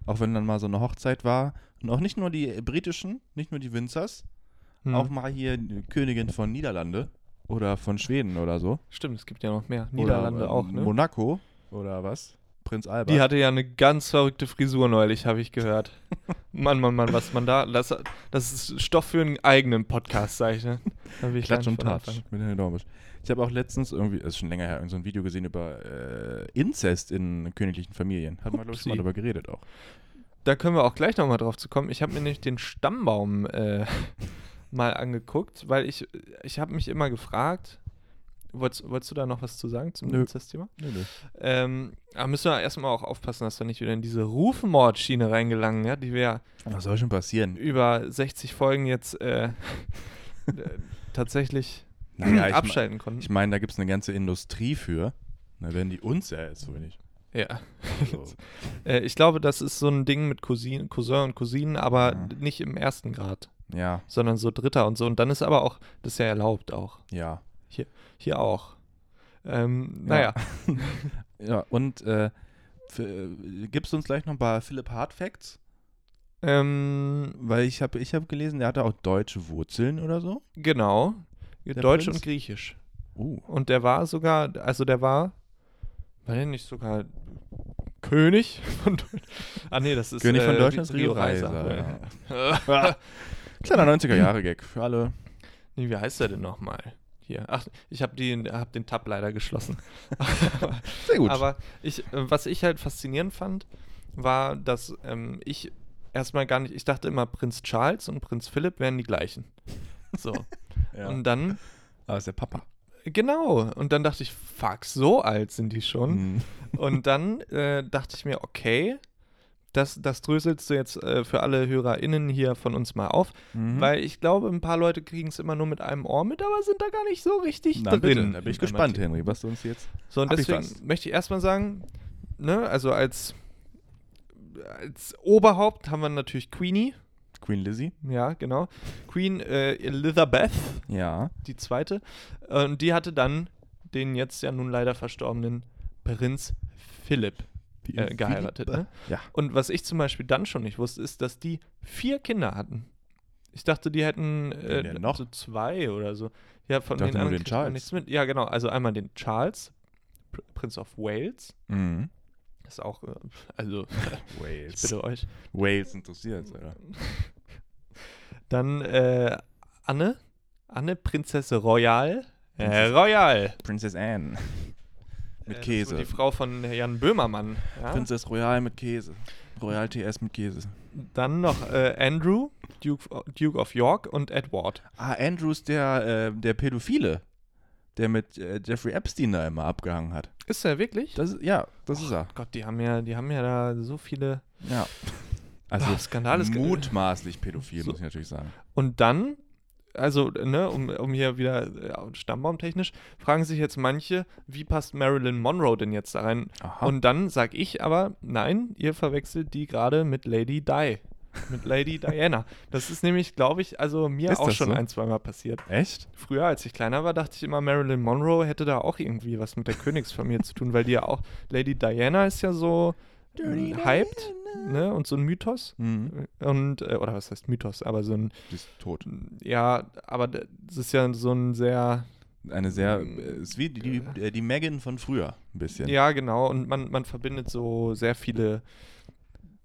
[SPEAKER 4] Auch wenn dann mal so eine Hochzeit war. Und auch nicht nur die äh, britischen, nicht nur die Winzers,
[SPEAKER 3] Mhm.
[SPEAKER 4] auch mal hier eine Königin von Niederlande oder von Schweden oder so.
[SPEAKER 3] Stimmt, es gibt ja noch mehr. Niederlande
[SPEAKER 4] oder, äh,
[SPEAKER 3] auch, ne?
[SPEAKER 4] Monaco oder was? Prinz Albert.
[SPEAKER 3] Die hatte ja eine ganz verrückte Frisur neulich, habe ich gehört. Mann, Mann, Mann, was man da. Das, das ist Stoff für einen eigenen Podcast, sag ich, ne? Da will ich
[SPEAKER 4] Klatsch
[SPEAKER 3] gar
[SPEAKER 4] und
[SPEAKER 3] nicht von
[SPEAKER 4] Tratsch.
[SPEAKER 3] anfangen.
[SPEAKER 4] Mit Herrn Dormisch. Ich habe auch letztens irgendwie, das ist schon länger her, irgend so ein Video gesehen über äh, Inzest in königlichen Familien. Hat man, glaube ich, schon mal
[SPEAKER 3] Upsi.
[SPEAKER 4] drüber geredet auch.
[SPEAKER 3] Da können wir auch gleich nochmal drauf zu kommen. Ich habe mir nämlich den Stammbaum äh, mal angeguckt, weil ich, ich habe mich immer gefragt. Wolltest, wolltest du da noch was zu sagen zum
[SPEAKER 4] Nö.
[SPEAKER 3] Inzestthema? Ähm, aber müssen wir erstmal auch aufpassen, dass wir nicht wieder in diese Rufmordschiene reingelangen, ja, die wir ja
[SPEAKER 4] Was soll schon passieren?
[SPEAKER 3] über 60 Folgen jetzt äh, äh, tatsächlich
[SPEAKER 4] Naja, ich
[SPEAKER 3] abschalten konnten.
[SPEAKER 4] Ich meine, da gibt es eine ganze Industrie für. Na, wenn die uns ja jetzt so wenig.
[SPEAKER 3] ja.
[SPEAKER 4] Also,
[SPEAKER 3] äh, ich glaube, das ist so ein Ding mit Cousin, Cousin und Cousinen, aber
[SPEAKER 4] Ja.
[SPEAKER 3] nicht im ersten Grad,
[SPEAKER 4] ja,
[SPEAKER 3] sondern so Dritter und so. Und dann ist aber auch, das ist ja erlaubt auch.
[SPEAKER 4] ja.
[SPEAKER 3] Hier auch. Ähm,
[SPEAKER 4] Ja.
[SPEAKER 3] naja,
[SPEAKER 4] Ja, und äh, f- äh, gibst du uns gleich noch ein paar Philipp Hart Facts?
[SPEAKER 3] ähm,
[SPEAKER 4] Weil ich habe ich hab gelesen, der hatte auch deutsche Wurzeln oder so.
[SPEAKER 3] genau. Deutsch
[SPEAKER 4] Prinz?
[SPEAKER 3] und Griechisch.
[SPEAKER 4] Uh,
[SPEAKER 3] Und der war sogar, also der war, war der nicht sogar König von Deutschland? Ah, nee, das ist
[SPEAKER 4] König von
[SPEAKER 3] äh,
[SPEAKER 4] Deutschland ist Rio Reiser. Ja. Kleiner 90er-Jahre-Gag für alle.
[SPEAKER 3] Nee, wie heißt der denn nochmal? Hier. Ach, ich habe den, hab den Tab leider geschlossen.
[SPEAKER 4] Sehr gut.
[SPEAKER 3] Aber ich, äh, was ich halt faszinierend fand, war, dass ähm, ich erstmal gar nicht, ich dachte immer, Prinz Charles und Prinz Philipp wären die gleichen. So.
[SPEAKER 4] ja.
[SPEAKER 3] Und dann,
[SPEAKER 4] ah, ist der Papa.
[SPEAKER 3] genau. Und dann dachte ich, fuck, so alt sind die schon.
[SPEAKER 4] Mhm.
[SPEAKER 3] Und dann äh, dachte ich mir, okay, das, das dröselst du jetzt äh, für alle HörerInnen hier von uns mal auf,
[SPEAKER 4] Mhm.
[SPEAKER 3] weil ich glaube, ein paar Leute kriegen es immer nur mit einem Ohr mit, aber sind da gar nicht so richtig
[SPEAKER 4] Na,
[SPEAKER 3] drin.
[SPEAKER 4] bitte, da bin ich
[SPEAKER 3] in der
[SPEAKER 4] gespannt,
[SPEAKER 3] Materie.
[SPEAKER 4] Henry, was du uns jetzt.
[SPEAKER 3] So, und
[SPEAKER 4] Hab ich
[SPEAKER 3] deswegen
[SPEAKER 4] was.
[SPEAKER 3] möchte ich erstmal sagen, ne, also als, als Oberhaupt haben wir natürlich Queenie,
[SPEAKER 4] Queen Lizzie?
[SPEAKER 3] ja, genau. Queen äh, Elizabeth,
[SPEAKER 4] Ja.
[SPEAKER 3] die zweite. Äh, Und die hatte dann den jetzt ja nun leider verstorbenen Prinz Philipp äh, geheiratet. Ne?
[SPEAKER 4] Ja.
[SPEAKER 3] Und was ich zum Beispiel dann schon nicht wusste, ist, dass die vier Kinder hatten. Ich dachte, die hätten äh,
[SPEAKER 4] denn noch?
[SPEAKER 3] so zwei oder so. Ja, von
[SPEAKER 4] Ich dachte
[SPEAKER 3] den
[SPEAKER 4] nur
[SPEAKER 3] anderen
[SPEAKER 4] den
[SPEAKER 3] kriegt man
[SPEAKER 4] Charles.
[SPEAKER 3] nichts mit. Ja, genau. Also einmal den Charles, Pr Prince of Wales.
[SPEAKER 4] Mhm.
[SPEAKER 3] Ist auch, äh, also ich
[SPEAKER 4] Wales.
[SPEAKER 3] bitte euch.
[SPEAKER 4] Wales interessiert, oder?
[SPEAKER 3] Dann äh, Anne, Anne Prinzessin Royal. Äh, Royal.
[SPEAKER 4] Princess Anne. Mit
[SPEAKER 3] Äh, Das
[SPEAKER 4] Käse.
[SPEAKER 3] war die Frau von Jan Böhmermann. Ja?
[SPEAKER 4] Princess Royal mit Käse. Royal TS mit Käse.
[SPEAKER 3] Dann noch äh, Andrew, Duke, Duke of York und Edward.
[SPEAKER 4] Ah, Andrews, der, äh, der Pädophile, der mit äh, Jeffrey Epstein da immer abgehangen hat.
[SPEAKER 3] Ist er wirklich?
[SPEAKER 4] Das ist, ja, das ist er.
[SPEAKER 3] Gott, die haben ja, die haben ja da so viele
[SPEAKER 4] Ja. Also
[SPEAKER 3] Ah, Skandal ist ge-
[SPEAKER 4] mutmaßlich pädophil,
[SPEAKER 3] So.
[SPEAKER 4] muss ich natürlich sagen.
[SPEAKER 3] Und dann, also, ne, um, um hier wieder äh, stammbaumtechnisch, fragen sich jetzt manche, wie passt Marilyn Monroe denn jetzt da rein?
[SPEAKER 4] Aha.
[SPEAKER 3] Und dann sag ich aber, nein, ihr verwechselt die gerade mit Lady Di. Mit Lady Diana. Das ist nämlich, glaube ich, also mir
[SPEAKER 4] Ist
[SPEAKER 3] auch
[SPEAKER 4] das
[SPEAKER 3] schon
[SPEAKER 4] so?
[SPEAKER 3] ein, zweimal passiert.
[SPEAKER 4] Echt?
[SPEAKER 3] Früher, als ich kleiner war, dachte ich immer, Marilyn Monroe hätte da auch irgendwie was mit der Königsfamilie zu tun, weil die ja auch, Lady Diana ist ja so äh, hyped, ne, und so ein Mythos.
[SPEAKER 4] Mhm.
[SPEAKER 3] Und, äh, oder was heißt Mythos, aber so ein
[SPEAKER 4] Die ist tot.
[SPEAKER 3] ja, aber d- das ist ja so ein sehr.
[SPEAKER 4] Eine sehr, äh, ist wie die, die, äh, die Megan von früher ein bisschen.
[SPEAKER 3] Mhm. Ja, genau. Und man, man verbindet so sehr viele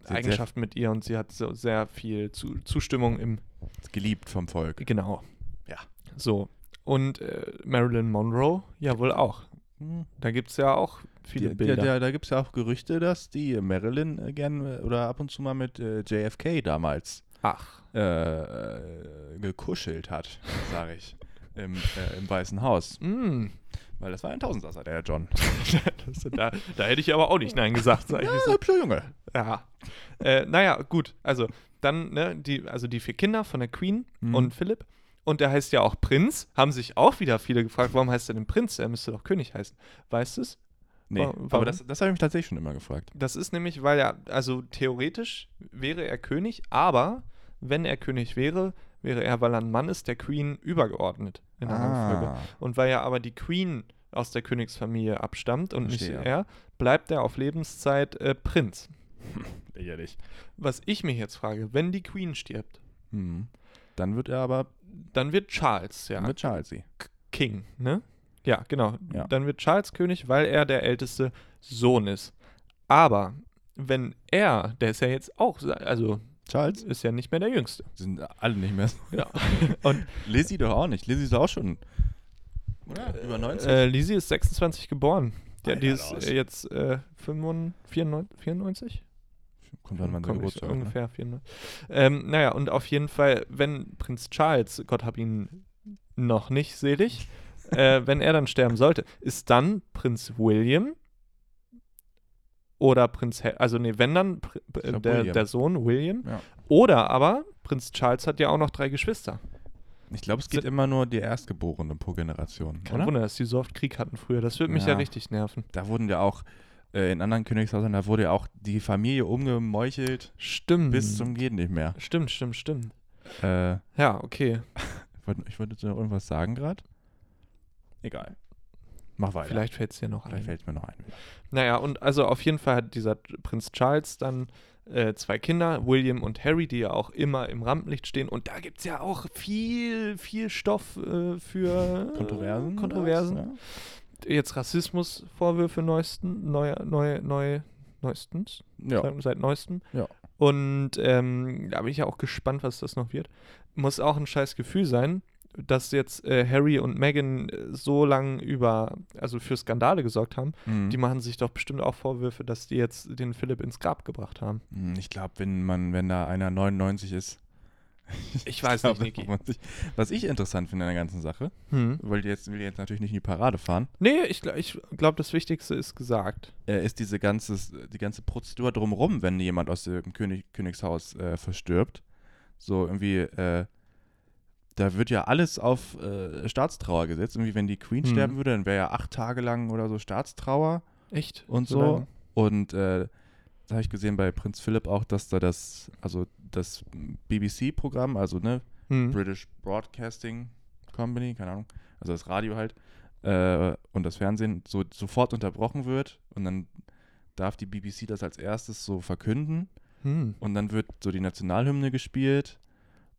[SPEAKER 4] Sie hat
[SPEAKER 3] Eigenschaften mit ihr und sie hat so sehr viel zu, Zustimmung im.
[SPEAKER 4] Sehr geliebt vom Volk.
[SPEAKER 3] Genau.
[SPEAKER 4] Ja.
[SPEAKER 3] So. Und äh, Marilyn Monroe, ja, wohl auch.
[SPEAKER 4] Mhm.
[SPEAKER 3] Da gibt es ja auch viele
[SPEAKER 4] Die, die,
[SPEAKER 3] Bilder.
[SPEAKER 4] da da gibt es ja auch Gerüchte, dass die Marilyn äh, gern äh, oder ab und zu mal mit äh, JFK damals
[SPEAKER 3] Ach.
[SPEAKER 4] äh, äh, gekuschelt hat, sage ich, im, äh, im Weißen Haus.
[SPEAKER 3] Mm.
[SPEAKER 4] Weil das war ein Tausendsasser, der John.
[SPEAKER 3] Das, da, da hätte ich aber auch nicht Nein gesagt, sag ich
[SPEAKER 4] Ja, hübscher Junge.
[SPEAKER 3] Ja. Äh, naja, gut. Also, dann, ne, die, also die vier Kinder von der Queen
[SPEAKER 4] Mhm.
[SPEAKER 3] und Philipp. Und der heißt ja auch Prinz. Haben sich auch wieder viele gefragt, warum heißt er denn Prinz? Er müsste doch König heißen. Weißt du es?
[SPEAKER 4] Nee,
[SPEAKER 3] Wa- warum?
[SPEAKER 4] aber das, das habe ich mich tatsächlich schon immer gefragt.
[SPEAKER 3] Das ist nämlich, weil er, also theoretisch wäre er König, aber wenn er König wäre, wäre er, weil er ein Mann ist, der Queen übergeordnet in der Rangfolge. Und weil ja aber die Queen aus der Königsfamilie abstammt und nicht
[SPEAKER 4] Verstehe.
[SPEAKER 3] er, bleibt er auf Lebenszeit äh, Prinz.
[SPEAKER 4] Lächerlich.
[SPEAKER 3] Was ich mich jetzt frage, wenn die Queen stirbt,
[SPEAKER 4] Hm. Dann wird er aber
[SPEAKER 3] dann wird Charles, ja,
[SPEAKER 4] dann wird Charles.
[SPEAKER 3] King, ne? Ja, genau.
[SPEAKER 4] Ja.
[SPEAKER 3] Dann wird Charles König, weil er der älteste Sohn ist. Aber wenn er, der ist ja jetzt auch, se- also
[SPEAKER 4] Charles?
[SPEAKER 3] ist ja nicht mehr der Jüngste.
[SPEAKER 4] Sind alle nicht mehr so.
[SPEAKER 3] Ja. Und
[SPEAKER 4] Lizzie doch auch nicht. Lizzie ist auch schon. Oder? Über 90?
[SPEAKER 3] äh, Lizzie ist 26 geboren. Ja, die
[SPEAKER 4] Alter,
[SPEAKER 3] ist
[SPEAKER 4] raus.
[SPEAKER 3] äh, jetzt äh, 95, 94?
[SPEAKER 4] Kommt wann man
[SPEAKER 3] äh, Komm,
[SPEAKER 4] sein
[SPEAKER 3] ich-
[SPEAKER 4] Geburtstag. ne?
[SPEAKER 3] Ungefähr 94. Ähm, naja, und auf jeden Fall, wenn Prinz Charles, Gott hab ihn noch nicht selig, äh, wenn er dann sterben sollte, ist dann Prinz William oder Prinz, He also nee, wenn dann Pr
[SPEAKER 4] Ich
[SPEAKER 3] äh,
[SPEAKER 4] glaub,
[SPEAKER 3] der,
[SPEAKER 4] William.
[SPEAKER 3] der Sohn William
[SPEAKER 4] Ja.
[SPEAKER 3] oder aber Prinz Charles hat ja auch noch drei Geschwister.
[SPEAKER 4] Ich glaube, es geht immer nur die Erstgeborenen pro Generation.
[SPEAKER 3] Kein
[SPEAKER 4] oder?
[SPEAKER 3] Wunder, dass die so oft Krieg hatten früher. Das würde mich ja.
[SPEAKER 4] Ja.
[SPEAKER 3] richtig nerven.
[SPEAKER 4] Da wurden ja auch äh, in anderen Königshäusern, da wurde ja auch die Familie umgemeuchelt
[SPEAKER 3] Stimmt.
[SPEAKER 4] bis zum Geht nicht mehr.
[SPEAKER 3] stimmt, stimmt, stimmt.
[SPEAKER 4] Äh,
[SPEAKER 3] Ja, okay.
[SPEAKER 4] ich wollte ich wollte noch irgendwas sagen gerade. Egal. Mach weiter.
[SPEAKER 3] Vielleicht fällt es dir noch ein.
[SPEAKER 4] Vielleicht fällt es mir noch ein.
[SPEAKER 3] Naja, und also auf jeden Fall hat dieser Prinz Charles dann äh, zwei Kinder, William und Harry, die ja auch immer im Rampenlicht stehen. Und da gibt es ja auch viel, viel Stoff äh, für äh,
[SPEAKER 4] Kontroversen?
[SPEAKER 3] Kontroversen.
[SPEAKER 4] Ja.
[SPEAKER 3] Jetzt Rassismusvorwürfe neuesten, neu, neu, neu, neuestens,
[SPEAKER 4] ne? Ja.
[SPEAKER 3] seit, seit neuestem.
[SPEAKER 4] Ja.
[SPEAKER 3] Und ähm, da bin ich ja auch gespannt, was das noch wird. Muss auch ein scheiß Gefühl sein, dass jetzt äh, Harry und Meghan äh, so lange über, also für Skandale gesorgt haben.
[SPEAKER 4] Mhm.
[SPEAKER 3] Die machen sich doch bestimmt auch Vorwürfe, dass die jetzt den Philipp ins Grab gebracht haben.
[SPEAKER 4] Hm, Ich glaube, wenn man, wenn da einer 99 ist.
[SPEAKER 3] Ich weiß
[SPEAKER 4] glaub,
[SPEAKER 3] nicht, Niki.
[SPEAKER 4] da muss man sich- Was ich interessant finde an der ganzen Sache,
[SPEAKER 3] Hm.
[SPEAKER 4] weil jetzt will jetzt natürlich nicht in die Parade fahren,
[SPEAKER 3] Nee, ich, gl- ich glaube, das Wichtigste ist gesagt.
[SPEAKER 4] äh, ist diese ganzes, die ganze Prozedur drumherum, wenn jemand aus dem König, Königshaus äh, verstirbt. So irgendwie, äh, da wird ja alles auf äh, Staatstrauer gesetzt. Irgendwie, wenn die Queen
[SPEAKER 3] Mhm.
[SPEAKER 4] sterben würde, dann wäre ja acht Tage lang oder so Staatstrauer.
[SPEAKER 3] Echt?
[SPEAKER 4] und so.
[SPEAKER 3] lange?
[SPEAKER 4] Und äh, da habe ich gesehen bei Prinz Philipp auch, dass da das, also das BBC-Programm, also ne,
[SPEAKER 3] Hm.
[SPEAKER 4] British Broadcasting Company, keine Ahnung, also das Radio halt, äh, und das Fernsehen so sofort unterbrochen wird und dann darf die BBC das als erstes so verkünden
[SPEAKER 3] Hm.
[SPEAKER 4] und dann wird so die Nationalhymne gespielt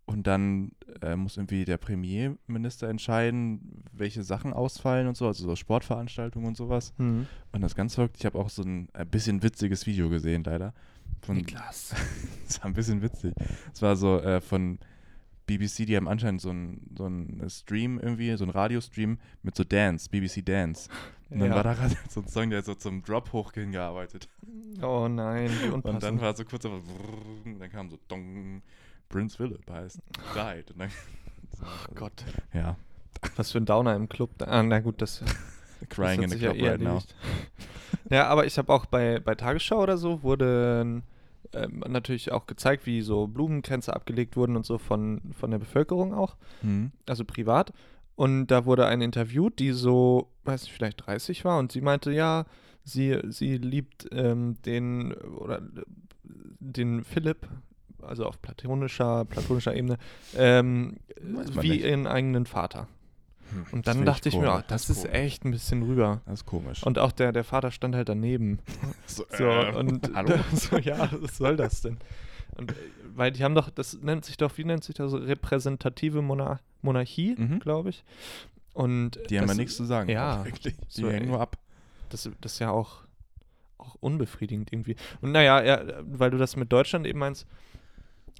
[SPEAKER 4] und dann äh, muss irgendwie der Premierminister entscheiden, welche Sachen ausfallen und so, also so Sportveranstaltungen und sowas.
[SPEAKER 3] Hm.
[SPEAKER 4] Und das Ganze wirkt, ich habe auch so ein, ein bisschen witziges Video gesehen, leider. Von,
[SPEAKER 3] Niklas.
[SPEAKER 4] das war ein bisschen witzig. Es war so äh, von BBC, die haben anscheinend so einen so einen Stream irgendwie, so einen Radiostream mit so Dance, BBC Dance. Und dann
[SPEAKER 3] Ja.
[SPEAKER 4] war da gerade so ein Song, der so zum Drop hoch hingearbeitet.
[SPEAKER 3] Oh nein, wie
[SPEAKER 4] Und dann
[SPEAKER 3] unpassend.
[SPEAKER 4] war so kurz einfach, brrrr, und dann kam so Dong, Prince Philip heißt, died. Und dann,
[SPEAKER 3] Oh Gott,
[SPEAKER 4] ja,
[SPEAKER 3] was für ein Downer im Club. Ah, na gut, das
[SPEAKER 4] crying in
[SPEAKER 3] Das
[SPEAKER 4] the
[SPEAKER 3] hat
[SPEAKER 4] club
[SPEAKER 3] sich ja eh
[SPEAKER 4] right now.
[SPEAKER 3] erledigt. Ja, aber ich habe auch bei, bei Tagesschau oder so wurden ähm, natürlich auch gezeigt, wie so Blumenkränze abgelegt wurden und so von, von der Bevölkerung auch,
[SPEAKER 4] Hm.
[SPEAKER 3] also privat. Und da wurde eine interviewt, die so, weiß nicht, vielleicht 30 war und sie meinte, ja, sie, sie liebt ähm, den oder äh, den Philipp, also auf platonischer, platonischer Ebene, ähm,
[SPEAKER 4] Weiß man
[SPEAKER 3] wie
[SPEAKER 4] nicht.
[SPEAKER 3] ihren eigenen Vater.
[SPEAKER 4] Hm,
[SPEAKER 3] Und
[SPEAKER 4] das
[SPEAKER 3] dann
[SPEAKER 4] find
[SPEAKER 3] dachte ich mir,
[SPEAKER 4] komisch,
[SPEAKER 3] oh, das
[SPEAKER 4] ist
[SPEAKER 3] ist
[SPEAKER 4] komisch.
[SPEAKER 3] echt ein bisschen rüber.
[SPEAKER 4] Das ist komisch.
[SPEAKER 3] Und auch der, der Vater stand halt daneben.
[SPEAKER 4] so,
[SPEAKER 3] So,
[SPEAKER 4] ähm,
[SPEAKER 3] und
[SPEAKER 4] hallo?
[SPEAKER 3] so, ja, was soll das denn? Und, äh, weil die haben doch, das nennt sich doch, wie nennt sich das, repräsentative Monar Monarchie,
[SPEAKER 4] Mhm.
[SPEAKER 3] glaube ich. Und
[SPEAKER 4] Die haben
[SPEAKER 3] das,
[SPEAKER 4] ja nichts zu sagen.
[SPEAKER 3] ja,
[SPEAKER 4] Wirklich. Die
[SPEAKER 3] so,
[SPEAKER 4] hängen
[SPEAKER 3] ey.
[SPEAKER 4] nur ab.
[SPEAKER 3] Das, das ist ja auch, auch unbefriedigend irgendwie. Und naja, ja, weil du das mit Deutschland eben meinst,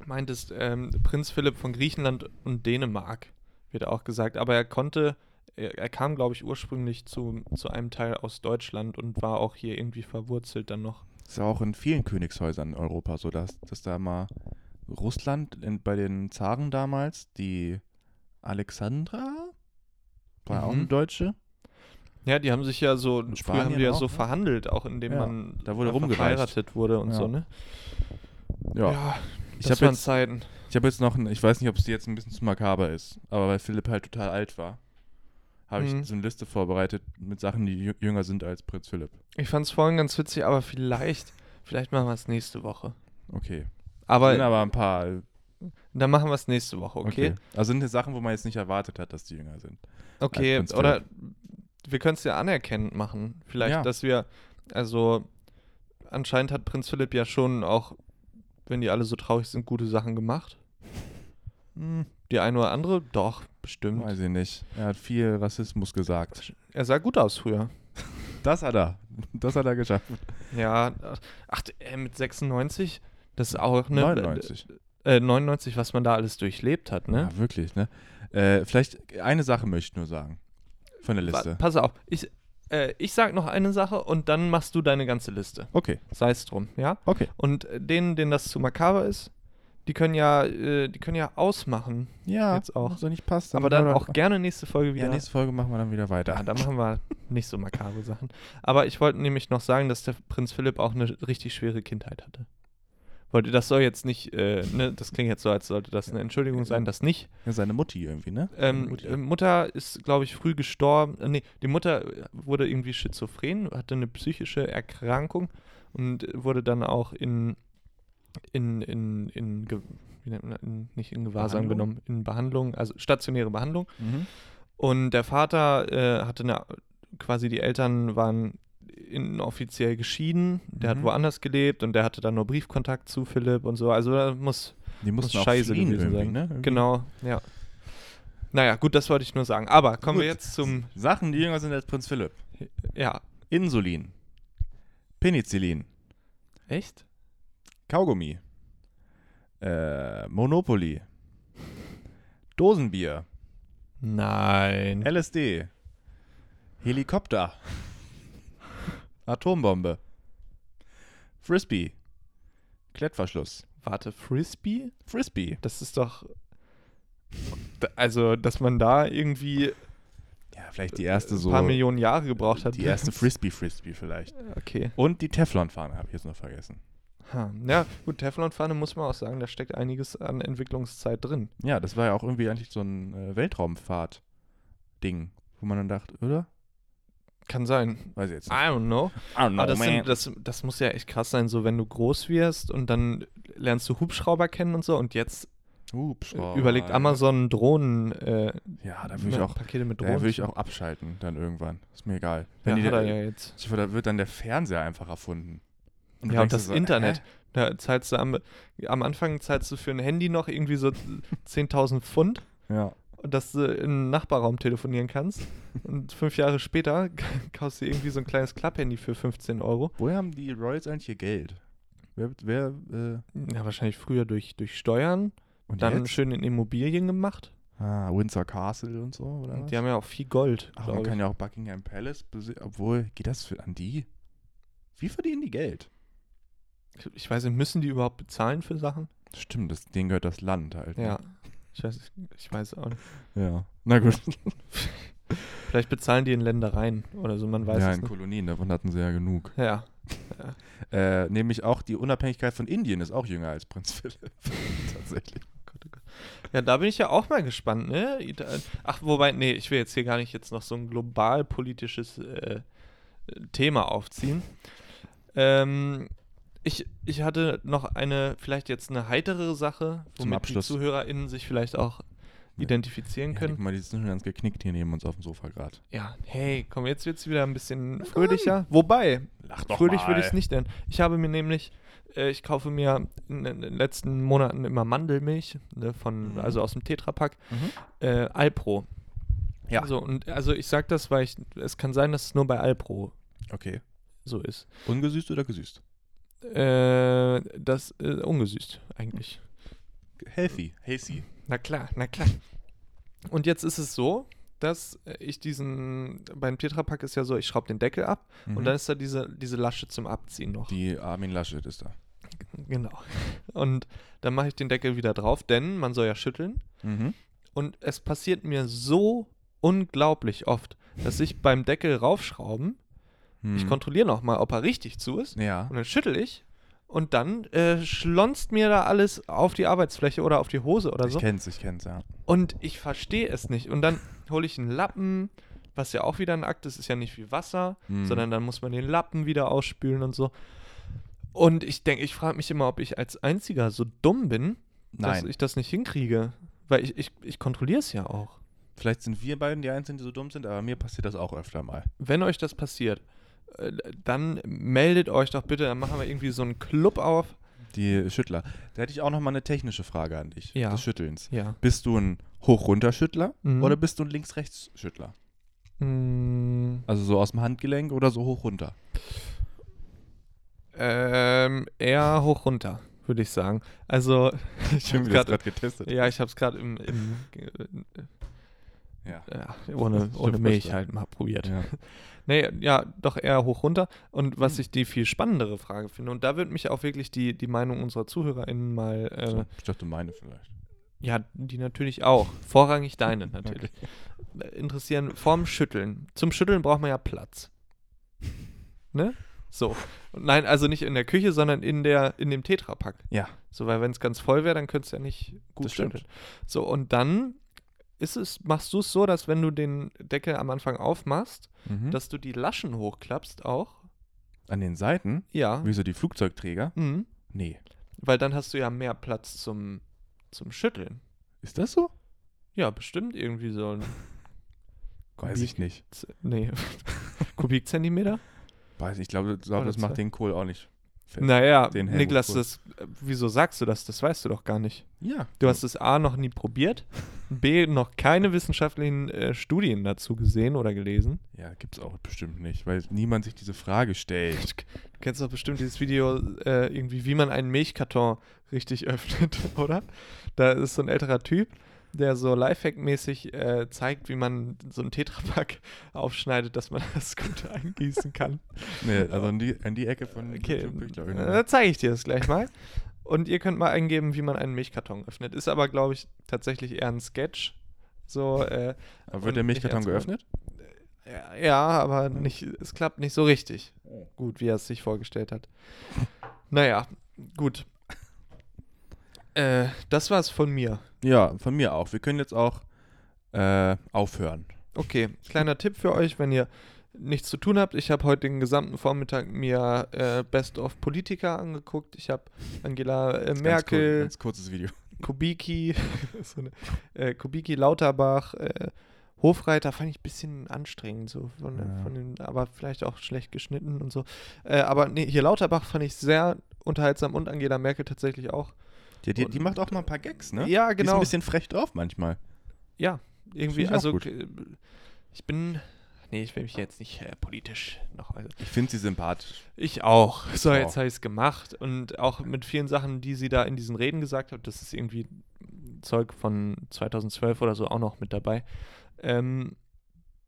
[SPEAKER 3] meintest, ähm, Prinz Philipp von Griechenland und Dänemark, wird auch gesagt. Aber er konnte, er, er kam, glaube ich, ursprünglich zu, zu einem Teil aus Deutschland und war auch hier irgendwie verwurzelt dann noch.
[SPEAKER 4] Ist ja auch in vielen Königshäusern in Europa so, dass, dass da mal Russland in, bei den Zaren damals, die Alexandra, war auch
[SPEAKER 3] Mhm.
[SPEAKER 4] eine Deutsche,
[SPEAKER 3] Ja, die haben sich ja so,
[SPEAKER 4] In
[SPEAKER 3] früher haben
[SPEAKER 4] Spanien
[SPEAKER 3] die ja
[SPEAKER 4] auch,
[SPEAKER 3] so
[SPEAKER 4] ne?
[SPEAKER 3] verhandelt, auch indem
[SPEAKER 4] Ja,
[SPEAKER 3] man
[SPEAKER 4] da wurde
[SPEAKER 3] einfach
[SPEAKER 4] rumgereicht.
[SPEAKER 3] verheiratet wurde und
[SPEAKER 4] Ja.
[SPEAKER 3] so, ne?
[SPEAKER 4] Ja,
[SPEAKER 3] ich
[SPEAKER 4] Ich hab
[SPEAKER 3] das waren
[SPEAKER 4] jetzt-
[SPEAKER 3] Zeiten.
[SPEAKER 4] ich habe jetzt noch, ein, ich weiß nicht, ob es dir jetzt ein bisschen zu makaber ist, aber weil Philipp halt total alt war, habe
[SPEAKER 3] Mhm.
[SPEAKER 4] ich so eine Liste vorbereitet mit Sachen, die jü- jünger sind als Prinz Philipp.
[SPEAKER 3] Ich fand's vorhin ganz witzig, aber vielleicht, vielleicht machen wir es nächste Woche.
[SPEAKER 4] Okay.
[SPEAKER 3] Aber
[SPEAKER 4] sind aber ein paar. äh,
[SPEAKER 3] dann machen wir es nächste Woche, okay?
[SPEAKER 4] Also sind das Sachen, wo man jetzt nicht erwartet hat, dass die jünger sind.
[SPEAKER 3] Okay,
[SPEAKER 4] Als Prinz
[SPEAKER 3] oder wir können es ja anerkennend machen. Vielleicht,
[SPEAKER 4] Ja.
[SPEAKER 3] dass wir, also anscheinend hat Prinz Philipp ja schon auch, wenn die alle so traurig sind, gute Sachen gemacht.
[SPEAKER 4] Hm,
[SPEAKER 3] Die eine oder andere, doch, bestimmt.
[SPEAKER 4] weiß ich nicht. Er hat viel Rassismus gesagt.
[SPEAKER 3] Er sah gut aus früher.
[SPEAKER 4] Das hat er. Das hat er geschafft.
[SPEAKER 3] Ne, Ja, ach, äh, mit 96, das ist auch, ne?
[SPEAKER 4] 99.
[SPEAKER 3] Äh, 99, was man da alles durchlebt hat, ne?
[SPEAKER 4] Ja, wirklich, ne? Äh, vielleicht eine Sache möchte ich nur sagen. Von der
[SPEAKER 3] Wa-
[SPEAKER 4] Liste.
[SPEAKER 3] Pass auf, ich, äh, ich sag noch eine Sache und dann machst du deine ganze Liste.
[SPEAKER 4] Okay,
[SPEAKER 3] Sei es drum, ja?
[SPEAKER 4] okay.
[SPEAKER 3] Und äh, denen, denen das zu makaber ist, die können ja, äh, die können ja ausmachen.
[SPEAKER 4] Ja,
[SPEAKER 3] Jetzt auch.
[SPEAKER 4] So nicht passt.
[SPEAKER 3] aber dann
[SPEAKER 4] machen wir
[SPEAKER 3] auch gerne nächste Folge wieder.
[SPEAKER 4] Ja, nächste Folge machen wir dann wieder weiter.
[SPEAKER 3] ja, Ah, da machen wir nicht so makabre Sachen. Aber ich wollte nämlich noch sagen, dass der Prinz Philipp auch eine richtig schwere Kindheit hatte. Wollte, das soll jetzt nicht, äh, ne, das klingt jetzt so, als sollte das eine Entschuldigung sein, das nicht.
[SPEAKER 4] Ja, seine Mutti irgendwie, ne? Seine
[SPEAKER 3] Ähm,
[SPEAKER 4] Mutti.
[SPEAKER 3] äh, Mutter ist, glaube ich, früh gestorben. Äh, nee, die Mutter äh, wurde irgendwie schizophren, hatte eine psychische Erkrankung und äh, wurde dann auch in, in, in, in, Ge- wie nennt man, das? in nicht in Gewahrsam
[SPEAKER 4] Behandlung?
[SPEAKER 3] genommen, in Behandlung, also stationäre Behandlung.
[SPEAKER 4] mhm.
[SPEAKER 3] Und der Vater äh, hatte eine, quasi die Eltern waren inoffiziell geschieden, der
[SPEAKER 4] Mhm.
[SPEAKER 3] hat woanders gelebt und der hatte dann nur Briefkontakt zu Philipp und so. Also da muss
[SPEAKER 4] Die mussten
[SPEAKER 3] muss
[SPEAKER 4] auch
[SPEAKER 3] scheiße
[SPEAKER 4] fliehen
[SPEAKER 3] gewesen
[SPEAKER 4] irgendwie,
[SPEAKER 3] sein.
[SPEAKER 4] ne? Irgendwie.
[SPEAKER 3] Genau, ja. Naja, gut, das wollte ich nur sagen. Aber kommen wir
[SPEAKER 4] Gut.
[SPEAKER 3] jetzt zum,
[SPEAKER 4] Sachen, die jünger sind als Prinz Philipp.
[SPEAKER 3] ja.
[SPEAKER 4] Insulin. Penicillin.
[SPEAKER 3] Echt?
[SPEAKER 4] Kaugummi. Äh, Monopoly. Dosenbier.
[SPEAKER 3] Nein.
[SPEAKER 4] LSD. Helikopter. Atombombe. Frisbee. Klettverschluss.
[SPEAKER 3] Warte, Frisbee?
[SPEAKER 4] Frisbee.
[SPEAKER 3] Das ist doch, da- also, dass man da irgendwie
[SPEAKER 4] Ja, vielleicht die erste Also so.
[SPEAKER 3] ein paar Millionen Jahre gebraucht hat.
[SPEAKER 4] Die erste Frisbee-Frisbee vielleicht.
[SPEAKER 3] Okay.
[SPEAKER 4] Und die Teflonfahne habe ich jetzt noch vergessen.
[SPEAKER 3] Ha. Ja, gut, Teflonpfanne muss man auch sagen, da steckt einiges an Entwicklungszeit drin.
[SPEAKER 4] Ja, das war ja auch irgendwie eigentlich so ein äh, Weltraumfahrt-Ding, wo man dann dachte, oder?
[SPEAKER 3] Kann sein.
[SPEAKER 4] Weiß ich jetzt
[SPEAKER 3] I
[SPEAKER 4] nicht.
[SPEAKER 3] don't know.
[SPEAKER 4] I don't know,
[SPEAKER 3] Aber Ah, das,
[SPEAKER 4] man.
[SPEAKER 3] sind, das, das muss ja echt krass sein, so wenn du groß wirst und dann lernst du Hubschrauber kennen und so und jetzt äh,
[SPEAKER 4] Hubschrauber.
[SPEAKER 3] überlegt Amazon Drohnen äh,
[SPEAKER 4] oh Ja, da würde ich auch,
[SPEAKER 3] Pakete mit
[SPEAKER 4] da
[SPEAKER 3] Drohnen.
[SPEAKER 4] würde ich auch abschalten dann irgendwann. Ist mir egal.
[SPEAKER 3] ja,
[SPEAKER 4] Wenn die
[SPEAKER 3] hat
[SPEAKER 4] da,
[SPEAKER 3] er ja jetzt.
[SPEAKER 4] Ich glaube, da wird dann der Fernseher einfach erfunden. du
[SPEAKER 3] Ja,
[SPEAKER 4] denkst
[SPEAKER 3] und
[SPEAKER 4] dir
[SPEAKER 3] das
[SPEAKER 4] so,
[SPEAKER 3] Internet.
[SPEAKER 4] hä?
[SPEAKER 3] Da zahlst du am, am Anfang zahlst du für ein Handy noch irgendwie so 10.000 Pfund,
[SPEAKER 4] Ja.
[SPEAKER 3] und dass du im Nachbarraum telefonieren kannst. Und fünf Jahre später kaufst du irgendwie so ein kleines Klapphandy für 15 Euro.
[SPEAKER 4] Woher haben die Royals eigentlich ihr Geld? Wer, wer äh,
[SPEAKER 3] Ja, wahrscheinlich früher durch, durch Steuern,
[SPEAKER 4] Und
[SPEAKER 3] Dann
[SPEAKER 4] jetzt?
[SPEAKER 3] schön in Immobilien gemacht.
[SPEAKER 4] Ah, Windsor Castle und so, oder was?
[SPEAKER 3] Die haben ja auch viel Gold.
[SPEAKER 4] Ach,
[SPEAKER 3] glaub
[SPEAKER 4] man
[SPEAKER 3] ich.
[SPEAKER 4] kann ja auch Buckingham Palace besi- Obwohl, geht das für an die? Wie verdienen die Geld?
[SPEAKER 3] ich, ich weiß nicht, müssen die überhaupt bezahlen für Sachen?
[SPEAKER 4] Stimmt, das, denen gehört das Land halt. ne?
[SPEAKER 3] Ja. Ich weiß, ich weiß auch nicht.
[SPEAKER 4] Ja. Na gut.
[SPEAKER 3] Vielleicht bezahlen die in Ländereien oder so, man weiß
[SPEAKER 4] ja,
[SPEAKER 3] es
[SPEAKER 4] in
[SPEAKER 3] nicht.
[SPEAKER 4] Kolonien, davon hatten sie ja genug.
[SPEAKER 3] Ja.
[SPEAKER 4] Äh, nämlich auch die Unabhängigkeit von Indien ist auch jünger als Prinz Philipp. Tatsächlich.
[SPEAKER 3] ja, da bin ich ja auch mal gespannt, ne? Ita- Ach, wobei, nee, ich will jetzt hier gar nicht jetzt noch so ein globalpolitisches äh, Thema aufziehen. Ähm, ich, ich hatte noch eine, vielleicht jetzt eine heitere Sache,
[SPEAKER 4] Zum
[SPEAKER 3] womit die
[SPEAKER 4] Abschluss.
[SPEAKER 3] ZuhörerInnen sich vielleicht auch
[SPEAKER 4] Nee.
[SPEAKER 3] identifizieren
[SPEAKER 4] Ja, guck
[SPEAKER 3] können.
[SPEAKER 4] mal, die sind schon ganz geknickt hier neben uns auf dem Sofa gerade.
[SPEAKER 3] Ja, hey, komm, jetzt wird es wieder ein bisschen fröhlicher. Wobei,
[SPEAKER 4] Lach
[SPEAKER 3] fröhlich würde ich es nicht nennen. Ich habe mir nämlich, äh, ich kaufe mir in den letzten Monaten immer Mandelmilch, ne, von,
[SPEAKER 4] Mhm.
[SPEAKER 3] also aus dem Tetrapack,
[SPEAKER 4] Mhm.
[SPEAKER 3] äh, Alpro.
[SPEAKER 4] Ja.
[SPEAKER 3] So, und also ich sage das, weil ich, es kann sein, dass es nur bei Alpro
[SPEAKER 4] Okay.
[SPEAKER 3] so ist.
[SPEAKER 4] Ungesüßt oder gesüßt?
[SPEAKER 3] Äh, das äh, ungesüßt eigentlich.
[SPEAKER 4] Healthy. Healthy.
[SPEAKER 3] Na klar, na klar. Und jetzt ist es so, dass äh, ich diesen, beim Tetrapack ist ja so, ich schraube den Deckel ab
[SPEAKER 4] Mhm.
[SPEAKER 3] und dann ist da diese, diese Lasche zum Abziehen noch.
[SPEAKER 4] Die Armin Laschet ist da.
[SPEAKER 3] Genau. Und dann mache ich den Deckel wieder drauf, denn man soll ja schütteln.
[SPEAKER 4] Mhm.
[SPEAKER 3] Und es passiert mir so unglaublich oft, dass ich beim Deckel raufschrauben, ich
[SPEAKER 4] Mhm.
[SPEAKER 3] kontrolliere nochmal, ob er richtig zu ist.
[SPEAKER 4] Ja.
[SPEAKER 3] Und dann schüttel ich. Und dann äh, schlonzt mir da alles auf die Arbeitsfläche oder auf die Hose oder so.
[SPEAKER 4] Ich kenn's, ich kenn's, ja.
[SPEAKER 3] Und ich verstehe es nicht. Und dann hole ich einen Lappen, was ja auch wieder ein Akt ist, ist ja nicht wie Wasser,
[SPEAKER 4] Mhm.
[SPEAKER 3] sondern dann muss man den Lappen wieder ausspülen und so. Und ich denke, ich frage mich immer, ob ich als Einziger so dumm bin, dass
[SPEAKER 4] Nein.
[SPEAKER 3] ich das nicht hinkriege. Weil ich, ich, ich kontrolliere es ja auch.
[SPEAKER 4] Vielleicht sind wir beiden die Einzigen, die so dumm sind, aber mir passiert das auch öfter mal.
[SPEAKER 3] Wenn euch das passiert, äh, dann meldet euch doch bitte, dann machen wir irgendwie so einen Club auf.
[SPEAKER 4] Die Schüttler. Da hätte ich auch noch mal eine technische Frage an dich.
[SPEAKER 3] Ja.
[SPEAKER 4] Des Schüttelns.
[SPEAKER 3] Ja.
[SPEAKER 4] Bist du ein Hoch-Runter-Schüttler
[SPEAKER 3] Mhm.
[SPEAKER 4] oder bist du ein Links-Rechts-Schüttler?
[SPEAKER 3] Mm,
[SPEAKER 4] Also so aus dem Handgelenk oder so hoch-runter?
[SPEAKER 3] ähm, eher hoch runter, würde ich sagen. Also, ich habe gerade
[SPEAKER 4] getestet.
[SPEAKER 3] Ja, ich habe es gerade im, im äh,
[SPEAKER 4] Ja.
[SPEAKER 3] ja,
[SPEAKER 4] Das
[SPEAKER 3] ohne,
[SPEAKER 4] ist
[SPEAKER 3] ohne
[SPEAKER 4] schon
[SPEAKER 3] Milch
[SPEAKER 4] furchtbar.
[SPEAKER 3] halt mal probiert.
[SPEAKER 4] ja.
[SPEAKER 3] Nee, ja, doch eher hoch runter. Und
[SPEAKER 4] Mhm.
[SPEAKER 3] was ich die viel spannendere Frage finde, und da würde mich auch wirklich die, die Meinung unserer ZuhörerInnen mal, äh,
[SPEAKER 4] So, ich dachte meine vielleicht.
[SPEAKER 3] ja, die natürlich auch, vorrangig deine natürlich, äh, interessieren, vorm Schütteln. Zum Schütteln braucht man ja Platz. Ne? So. Und nein, also nicht in der Küche, sondern in, der, in dem Tetrapack.
[SPEAKER 4] Ja.
[SPEAKER 3] So, weil wenn es ganz voll wäre, dann könntest du ja nicht gut
[SPEAKER 4] Das stimmt.
[SPEAKER 3] schütteln. So, und dann ist es, machst du es so, dass wenn du den Deckel am Anfang aufmachst,
[SPEAKER 4] Mhm.
[SPEAKER 3] dass du die Laschen hochklappst auch.
[SPEAKER 4] An den Seiten?
[SPEAKER 3] Ja.
[SPEAKER 4] Wieso die Flugzeugträger?
[SPEAKER 3] Mhm.
[SPEAKER 4] Nee.
[SPEAKER 3] Weil dann hast du ja mehr Platz zum, zum Schütteln.
[SPEAKER 4] Ist das so?
[SPEAKER 3] Ja, bestimmt irgendwie so ein
[SPEAKER 4] Weiß ich nicht.
[SPEAKER 3] Z nee. Kubikzentimeter?
[SPEAKER 4] Weiß ich, ich glaube, ich glaube
[SPEAKER 3] Oder
[SPEAKER 4] das macht
[SPEAKER 3] zwei.
[SPEAKER 4] den Kohl auch nicht. fett.
[SPEAKER 3] Naja,
[SPEAKER 4] Den Helmut
[SPEAKER 3] Niklas,
[SPEAKER 4] Kohl.
[SPEAKER 3] das, äh, wieso sagst du das? Das weißt du doch gar nicht.
[SPEAKER 4] Ja.
[SPEAKER 3] Du hast es A noch nie probiert, B noch keine wissenschaftlichen äh, Studien dazu gesehen oder gelesen.
[SPEAKER 4] Ja, gibt's auch bestimmt nicht, weil niemand sich diese Frage stellt.
[SPEAKER 3] Du kennst doch bestimmt dieses Video, äh, irgendwie, wie man einen Milchkarton richtig öffnet, oder? Da ist so ein älterer Typ, der so Lifehack-mäßig äh, zeigt, wie man so einen Tetrapack aufschneidet, dass man das gut eingießen kann.
[SPEAKER 4] Nee, also an die, an die Ecke von
[SPEAKER 3] Okay,
[SPEAKER 4] YouTube bin ich, glaub ich, noch
[SPEAKER 3] da
[SPEAKER 4] nicht.
[SPEAKER 3] zeige ich dir das gleich mal. Und ihr könnt mal eingeben, wie man einen Milchkarton öffnet. Ist aber, glaube ich, tatsächlich eher ein Sketch. So, äh,
[SPEAKER 4] Aber
[SPEAKER 3] und
[SPEAKER 4] wird der
[SPEAKER 3] nicht
[SPEAKER 4] Milchkarton
[SPEAKER 3] ernst gemeint.
[SPEAKER 4] geöffnet?
[SPEAKER 3] ja, ja, aber nicht, es klappt nicht so richtig gut, wie er es sich vorgestellt hat. Naja, gut. Äh, das war's von mir.
[SPEAKER 4] Ja, von mir auch. Wir können jetzt auch äh, aufhören.
[SPEAKER 3] Okay, kleiner Tipp für euch, wenn ihr nichts zu tun habt. Ich habe heute den gesamten Vormittag mir äh, Best of Politiker angeguckt. Ich habe Angela äh, Merkel,
[SPEAKER 4] Ganz, kurz, ganz kurzes Video.
[SPEAKER 3] Kubicki, so eine, äh, Kubicki, Lauterbach, äh, Hofreiter fand ich ein bisschen anstrengend, so von,
[SPEAKER 4] Ja.
[SPEAKER 3] von den, aber vielleicht auch schlecht geschnitten und so. Äh, aber nee, hier Lauterbach fand ich sehr unterhaltsam und Angela Merkel tatsächlich auch.
[SPEAKER 4] Die, die,
[SPEAKER 3] Und-
[SPEAKER 4] die macht auch mal ein paar Gags, ne?
[SPEAKER 3] Ja,
[SPEAKER 4] Die ist ein
[SPEAKER 3] genau.
[SPEAKER 4] bisschen frech drauf manchmal.
[SPEAKER 3] ja, irgendwie,
[SPEAKER 4] Finde ich auch
[SPEAKER 3] also
[SPEAKER 4] gut.
[SPEAKER 3] äh, ich bin. Nee, ich will mich jetzt nicht äh, politisch noch. also, äußern.
[SPEAKER 4] Ich finde sie sympathisch.
[SPEAKER 3] Ich auch. So,
[SPEAKER 4] Ich
[SPEAKER 3] jetzt
[SPEAKER 4] auch.
[SPEAKER 3] habe ich es gemacht. Und auch mit vielen Sachen, die sie da in diesen Reden gesagt hat, das ist irgendwie Zeug von 2012 oder so auch noch mit dabei. Ähm,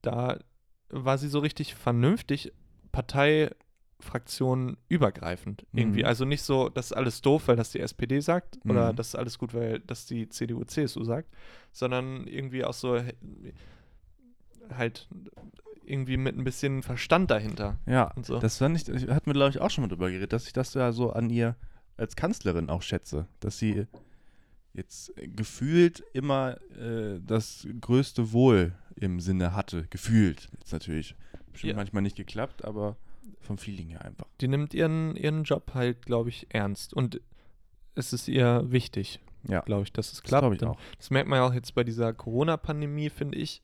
[SPEAKER 3] da war sie so richtig vernünftig, Parteifraktionen übergreifend irgendwie.
[SPEAKER 4] Mhm.
[SPEAKER 3] Also nicht so, das ist alles doof, weil das die SPD sagt oder
[SPEAKER 4] Mhm.
[SPEAKER 3] das ist alles gut, weil das die CDU, CSU sagt, sondern irgendwie auch so äh, halt irgendwie mit ein bisschen Verstand dahinter.
[SPEAKER 4] Ja,
[SPEAKER 3] Und so.
[SPEAKER 4] das fand ich, ich hatten wir, glaube ich, auch schon mal drüber geredet, dass ich das ja so an ihr als Kanzlerin auch schätze, dass sie jetzt gefühlt immer äh, das größte Wohl im Sinne hatte, gefühlt. Jetzt natürlich bestimmt
[SPEAKER 3] Ja.
[SPEAKER 4] manchmal nicht geklappt, aber vom Feeling her einfach.
[SPEAKER 3] Die nimmt ihren, ihren Job halt, glaube ich, ernst und es ist ihr wichtig,
[SPEAKER 4] Ja,
[SPEAKER 3] glaube ich, dass es klappt.
[SPEAKER 4] glaube ich
[SPEAKER 3] Und
[SPEAKER 4] auch.
[SPEAKER 3] Das merkt man ja auch jetzt bei dieser Corona-Pandemie, finde ich.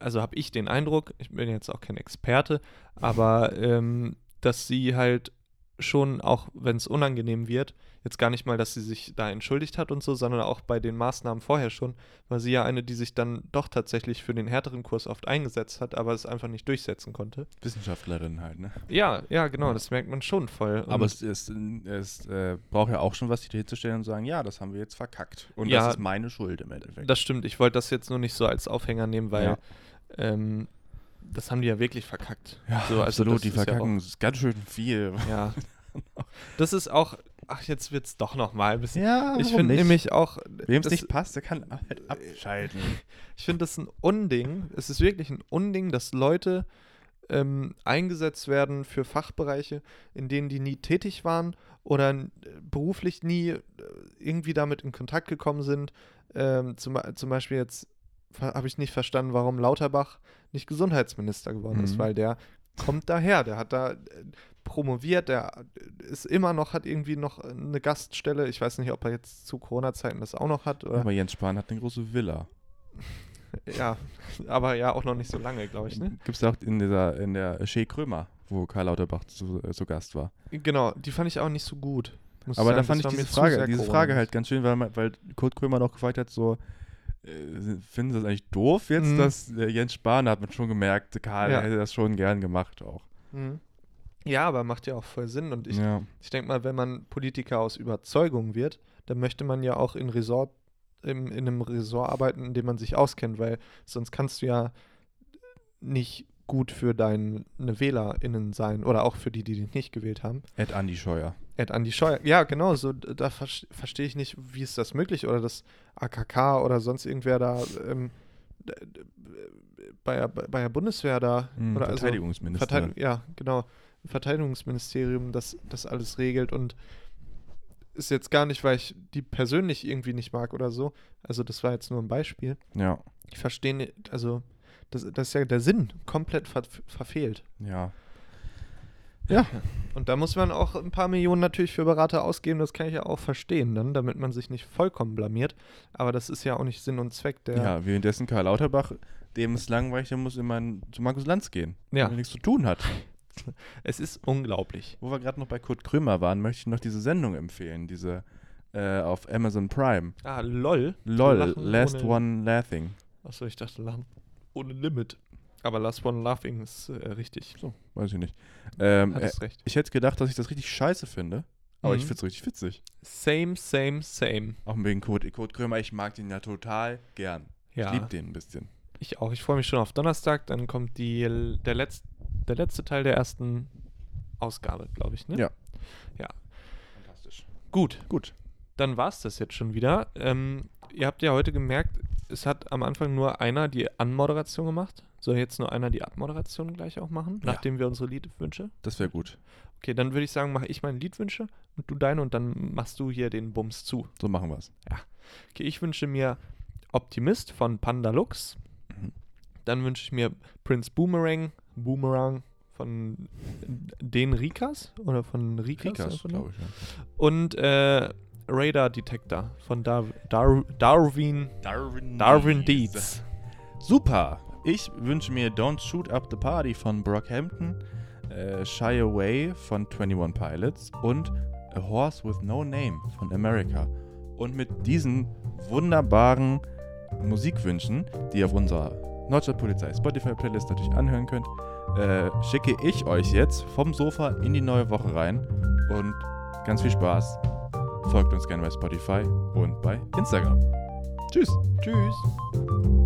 [SPEAKER 3] Also habe ich den Eindruck, ich bin jetzt auch kein Experte, aber ähm, dass sie halt schon, auch wenn es unangenehm wird, jetzt gar nicht mal, dass sie sich da entschuldigt hat und so, sondern auch bei den Maßnahmen vorher schon, war sie ja eine, die sich dann doch tatsächlich für den härteren Kurs oft eingesetzt hat, aber es einfach nicht durchsetzen konnte.
[SPEAKER 4] Wissenschaftlerin halt, ne?
[SPEAKER 3] Ja, ja, genau, das merkt man schon voll. Und
[SPEAKER 4] Aber es, es, es äh, braucht ja auch schon was, die da hinzustellen und sagen, ja, das haben wir jetzt verkackt. Und
[SPEAKER 3] Ja.
[SPEAKER 4] das ist meine Schuld im Endeffekt.
[SPEAKER 3] das stimmt, ich wollte das jetzt nur nicht so als Aufhänger nehmen, weil
[SPEAKER 4] Ja.
[SPEAKER 3] ähm, das haben die ja wirklich verkackt.
[SPEAKER 4] ja,
[SPEAKER 3] So, also das
[SPEAKER 4] absolut, die
[SPEAKER 3] ist ja auch-
[SPEAKER 4] verkacken Genau. ist ganz schön viel.
[SPEAKER 3] Ja. Das ist auch, ach, jetzt wird's doch noch mal ein bisschen.
[SPEAKER 4] Ja,
[SPEAKER 3] ich finde nämlich auch,
[SPEAKER 4] Wem es
[SPEAKER 3] das- äh,
[SPEAKER 4] nicht passt, der kann halt abschalten.
[SPEAKER 3] ich finde das ein Unding. Es ist wirklich ein Unding, dass Leute ähm, eingesetzt werden für Fachbereiche, in denen die nie tätig waren oder n- beruflich nie äh, irgendwie damit in Kontakt gekommen sind. Ähm, zum, Be- zum Beispiel jetzt habe ich nicht verstanden, warum Lauterbach nicht Gesundheitsminister geworden ist,
[SPEAKER 4] Mhm.
[SPEAKER 3] weil der kommt daher, der hat da äh, promoviert, der äh, ist immer noch, hat irgendwie noch äh, eine Gaststelle. Ich weiß nicht, ob er jetzt zu Corona-Zeiten das auch noch hat. Oder?
[SPEAKER 4] Aber Jens Spahn hat eine große Villa.
[SPEAKER 3] Ja, aber ja auch noch nicht so lange, glaube ich, ne?
[SPEAKER 4] Gibt es auch in dieser, in der Shea Krömer, wo Karl Lauterbach zu, äh, zu Gast war.
[SPEAKER 3] Genau, die fand ich auch nicht so gut. muss
[SPEAKER 4] Aber da
[SPEAKER 3] sagen.
[SPEAKER 4] fand ich
[SPEAKER 3] Das war
[SPEAKER 4] diese
[SPEAKER 3] mir zu sehr
[SPEAKER 4] Frage, diese
[SPEAKER 3] Corona.
[SPEAKER 4] Frage halt ganz schön, weil, man- weil Kurt Krömer noch gefragt hat, so, äh, finden Sie das eigentlich doof jetzt,
[SPEAKER 3] Mhm.
[SPEAKER 4] dass äh, Jens Spahn, da hat man schon gemerkt, Karl
[SPEAKER 3] Ja.
[SPEAKER 4] hätte das schon gern gemacht auch.
[SPEAKER 3] Mhm. Ja, aber macht ja auch voll Sinn. Und ich,
[SPEAKER 4] ja.
[SPEAKER 3] ich denke mal, wenn man Politiker aus Überzeugung wird, dann möchte man ja auch in Resort, im, in einem Resort arbeiten, in dem man sich auskennt, weil sonst kannst du ja nicht gut für deine WählerInnen sein oder auch für die, die dich nicht gewählt haben.
[SPEAKER 4] Ed Andi Scheuer.
[SPEAKER 3] Ed Andi Scheuer. Ja, genau, so, d- da ver- verstehe ich nicht, wie ist das möglich oder das AKK oder sonst irgendwer da ähm, d- d- bei, der- bei der Bundeswehr da
[SPEAKER 4] Mhm,
[SPEAKER 3] oder also
[SPEAKER 4] Verteidigungsminister.
[SPEAKER 3] Verteid- ja, genau, Verteidigungsministerium, das das alles regelt und ist jetzt gar nicht, weil ich die persönlich irgendwie nicht mag oder so. Also das war jetzt nur ein Beispiel.
[SPEAKER 4] ja.
[SPEAKER 3] Ich verstehe, ni- also das, das ist ja der Sinn komplett ver verfehlt.
[SPEAKER 4] Ja.
[SPEAKER 3] Und da muss man auch ein paar Millionen natürlich für Berater ausgeben, das kann ich ja auch verstehen, dann, damit man sich nicht vollkommen blamiert. Aber das ist ja auch nicht Sinn und Zweck der.
[SPEAKER 4] Ja. währenddessen Karl Lauterbach, dem es langweilig, der muss immer in- zu Markus Lanz gehen,
[SPEAKER 3] Ja.
[SPEAKER 4] weil er nichts zu tun hat.
[SPEAKER 3] Es ist unglaublich.
[SPEAKER 4] Wo wir gerade noch bei Kurt Krömer waren, möchte ich noch diese Sendung empfehlen, diese äh, auf Amazon Prime.
[SPEAKER 3] Ah, lol.
[SPEAKER 4] LOL,
[SPEAKER 3] Lachen
[SPEAKER 4] Last
[SPEAKER 3] ohne-
[SPEAKER 4] One Laughing.
[SPEAKER 3] Achso, ich dachte, Lachen ohne Limit. Aber Last One Laughing ist äh, richtig.
[SPEAKER 4] So, weiß ich nicht. Ähm, äh,
[SPEAKER 3] Hattest recht.
[SPEAKER 4] ich hätte gedacht, dass ich das richtig scheiße finde, aber ich
[SPEAKER 3] Mhm.
[SPEAKER 4] finde es richtig witzig.
[SPEAKER 3] Same, same, same.
[SPEAKER 4] Auch wegen Kurt, Kurt Krömer, ich mag den ja total gern.
[SPEAKER 3] Ja.
[SPEAKER 4] Ich liebe den ein bisschen.
[SPEAKER 3] Ich auch. Ich freue mich schon auf Donnerstag. Dann kommt die, der, Letz-, der letzte Teil der ersten Ausgabe, glaube ich, ne?
[SPEAKER 4] Ja.
[SPEAKER 3] Ja.
[SPEAKER 4] Fantastisch.
[SPEAKER 3] Gut.
[SPEAKER 4] Gut.
[SPEAKER 3] dann war es das jetzt schon wieder. Ähm, ihr habt ja heute gemerkt, es hat am Anfang nur einer die Anmoderation gemacht. Soll jetzt nur einer die Abmoderation gleich auch machen,
[SPEAKER 4] Ja.
[SPEAKER 3] nachdem wir unsere Liedwünsche?
[SPEAKER 4] Das wäre gut.
[SPEAKER 3] Okay, dann würde ich sagen, mache ich meine Liedwünsche und du deine und dann machst du hier den Bums zu.
[SPEAKER 4] So machen wir es.
[SPEAKER 3] Okay, ich wünsche mir Optimist von Panda Lux.
[SPEAKER 4] Mhm.
[SPEAKER 3] Dann wünsche ich mir Prince Boomerang, Boomerang von den Rikas oder von Rikas?
[SPEAKER 4] Rikas,
[SPEAKER 3] Einfach nur?
[SPEAKER 4] glaube ich. Ja.
[SPEAKER 3] Und äh, Radar Detector von Dar Dar Darwin
[SPEAKER 4] Darwin,
[SPEAKER 3] Darwin Deeds.
[SPEAKER 4] Super. Ich wünsche mir Don't Shoot Up the Party von Brockhampton, äh, Shy Away von 21 Pilots und A Horse with No Name von America. Und mit diesen wunderbaren Musikwünschen, die ihr auf unserer Nordstadt Polizei Spotify Playlist natürlich anhören könnt, äh, schicke ich euch jetzt vom Sofa in die neue Woche rein und ganz viel Spaß. Folgt uns gerne bei Spotify und bei Instagram. Tschüss.
[SPEAKER 3] Tschüss.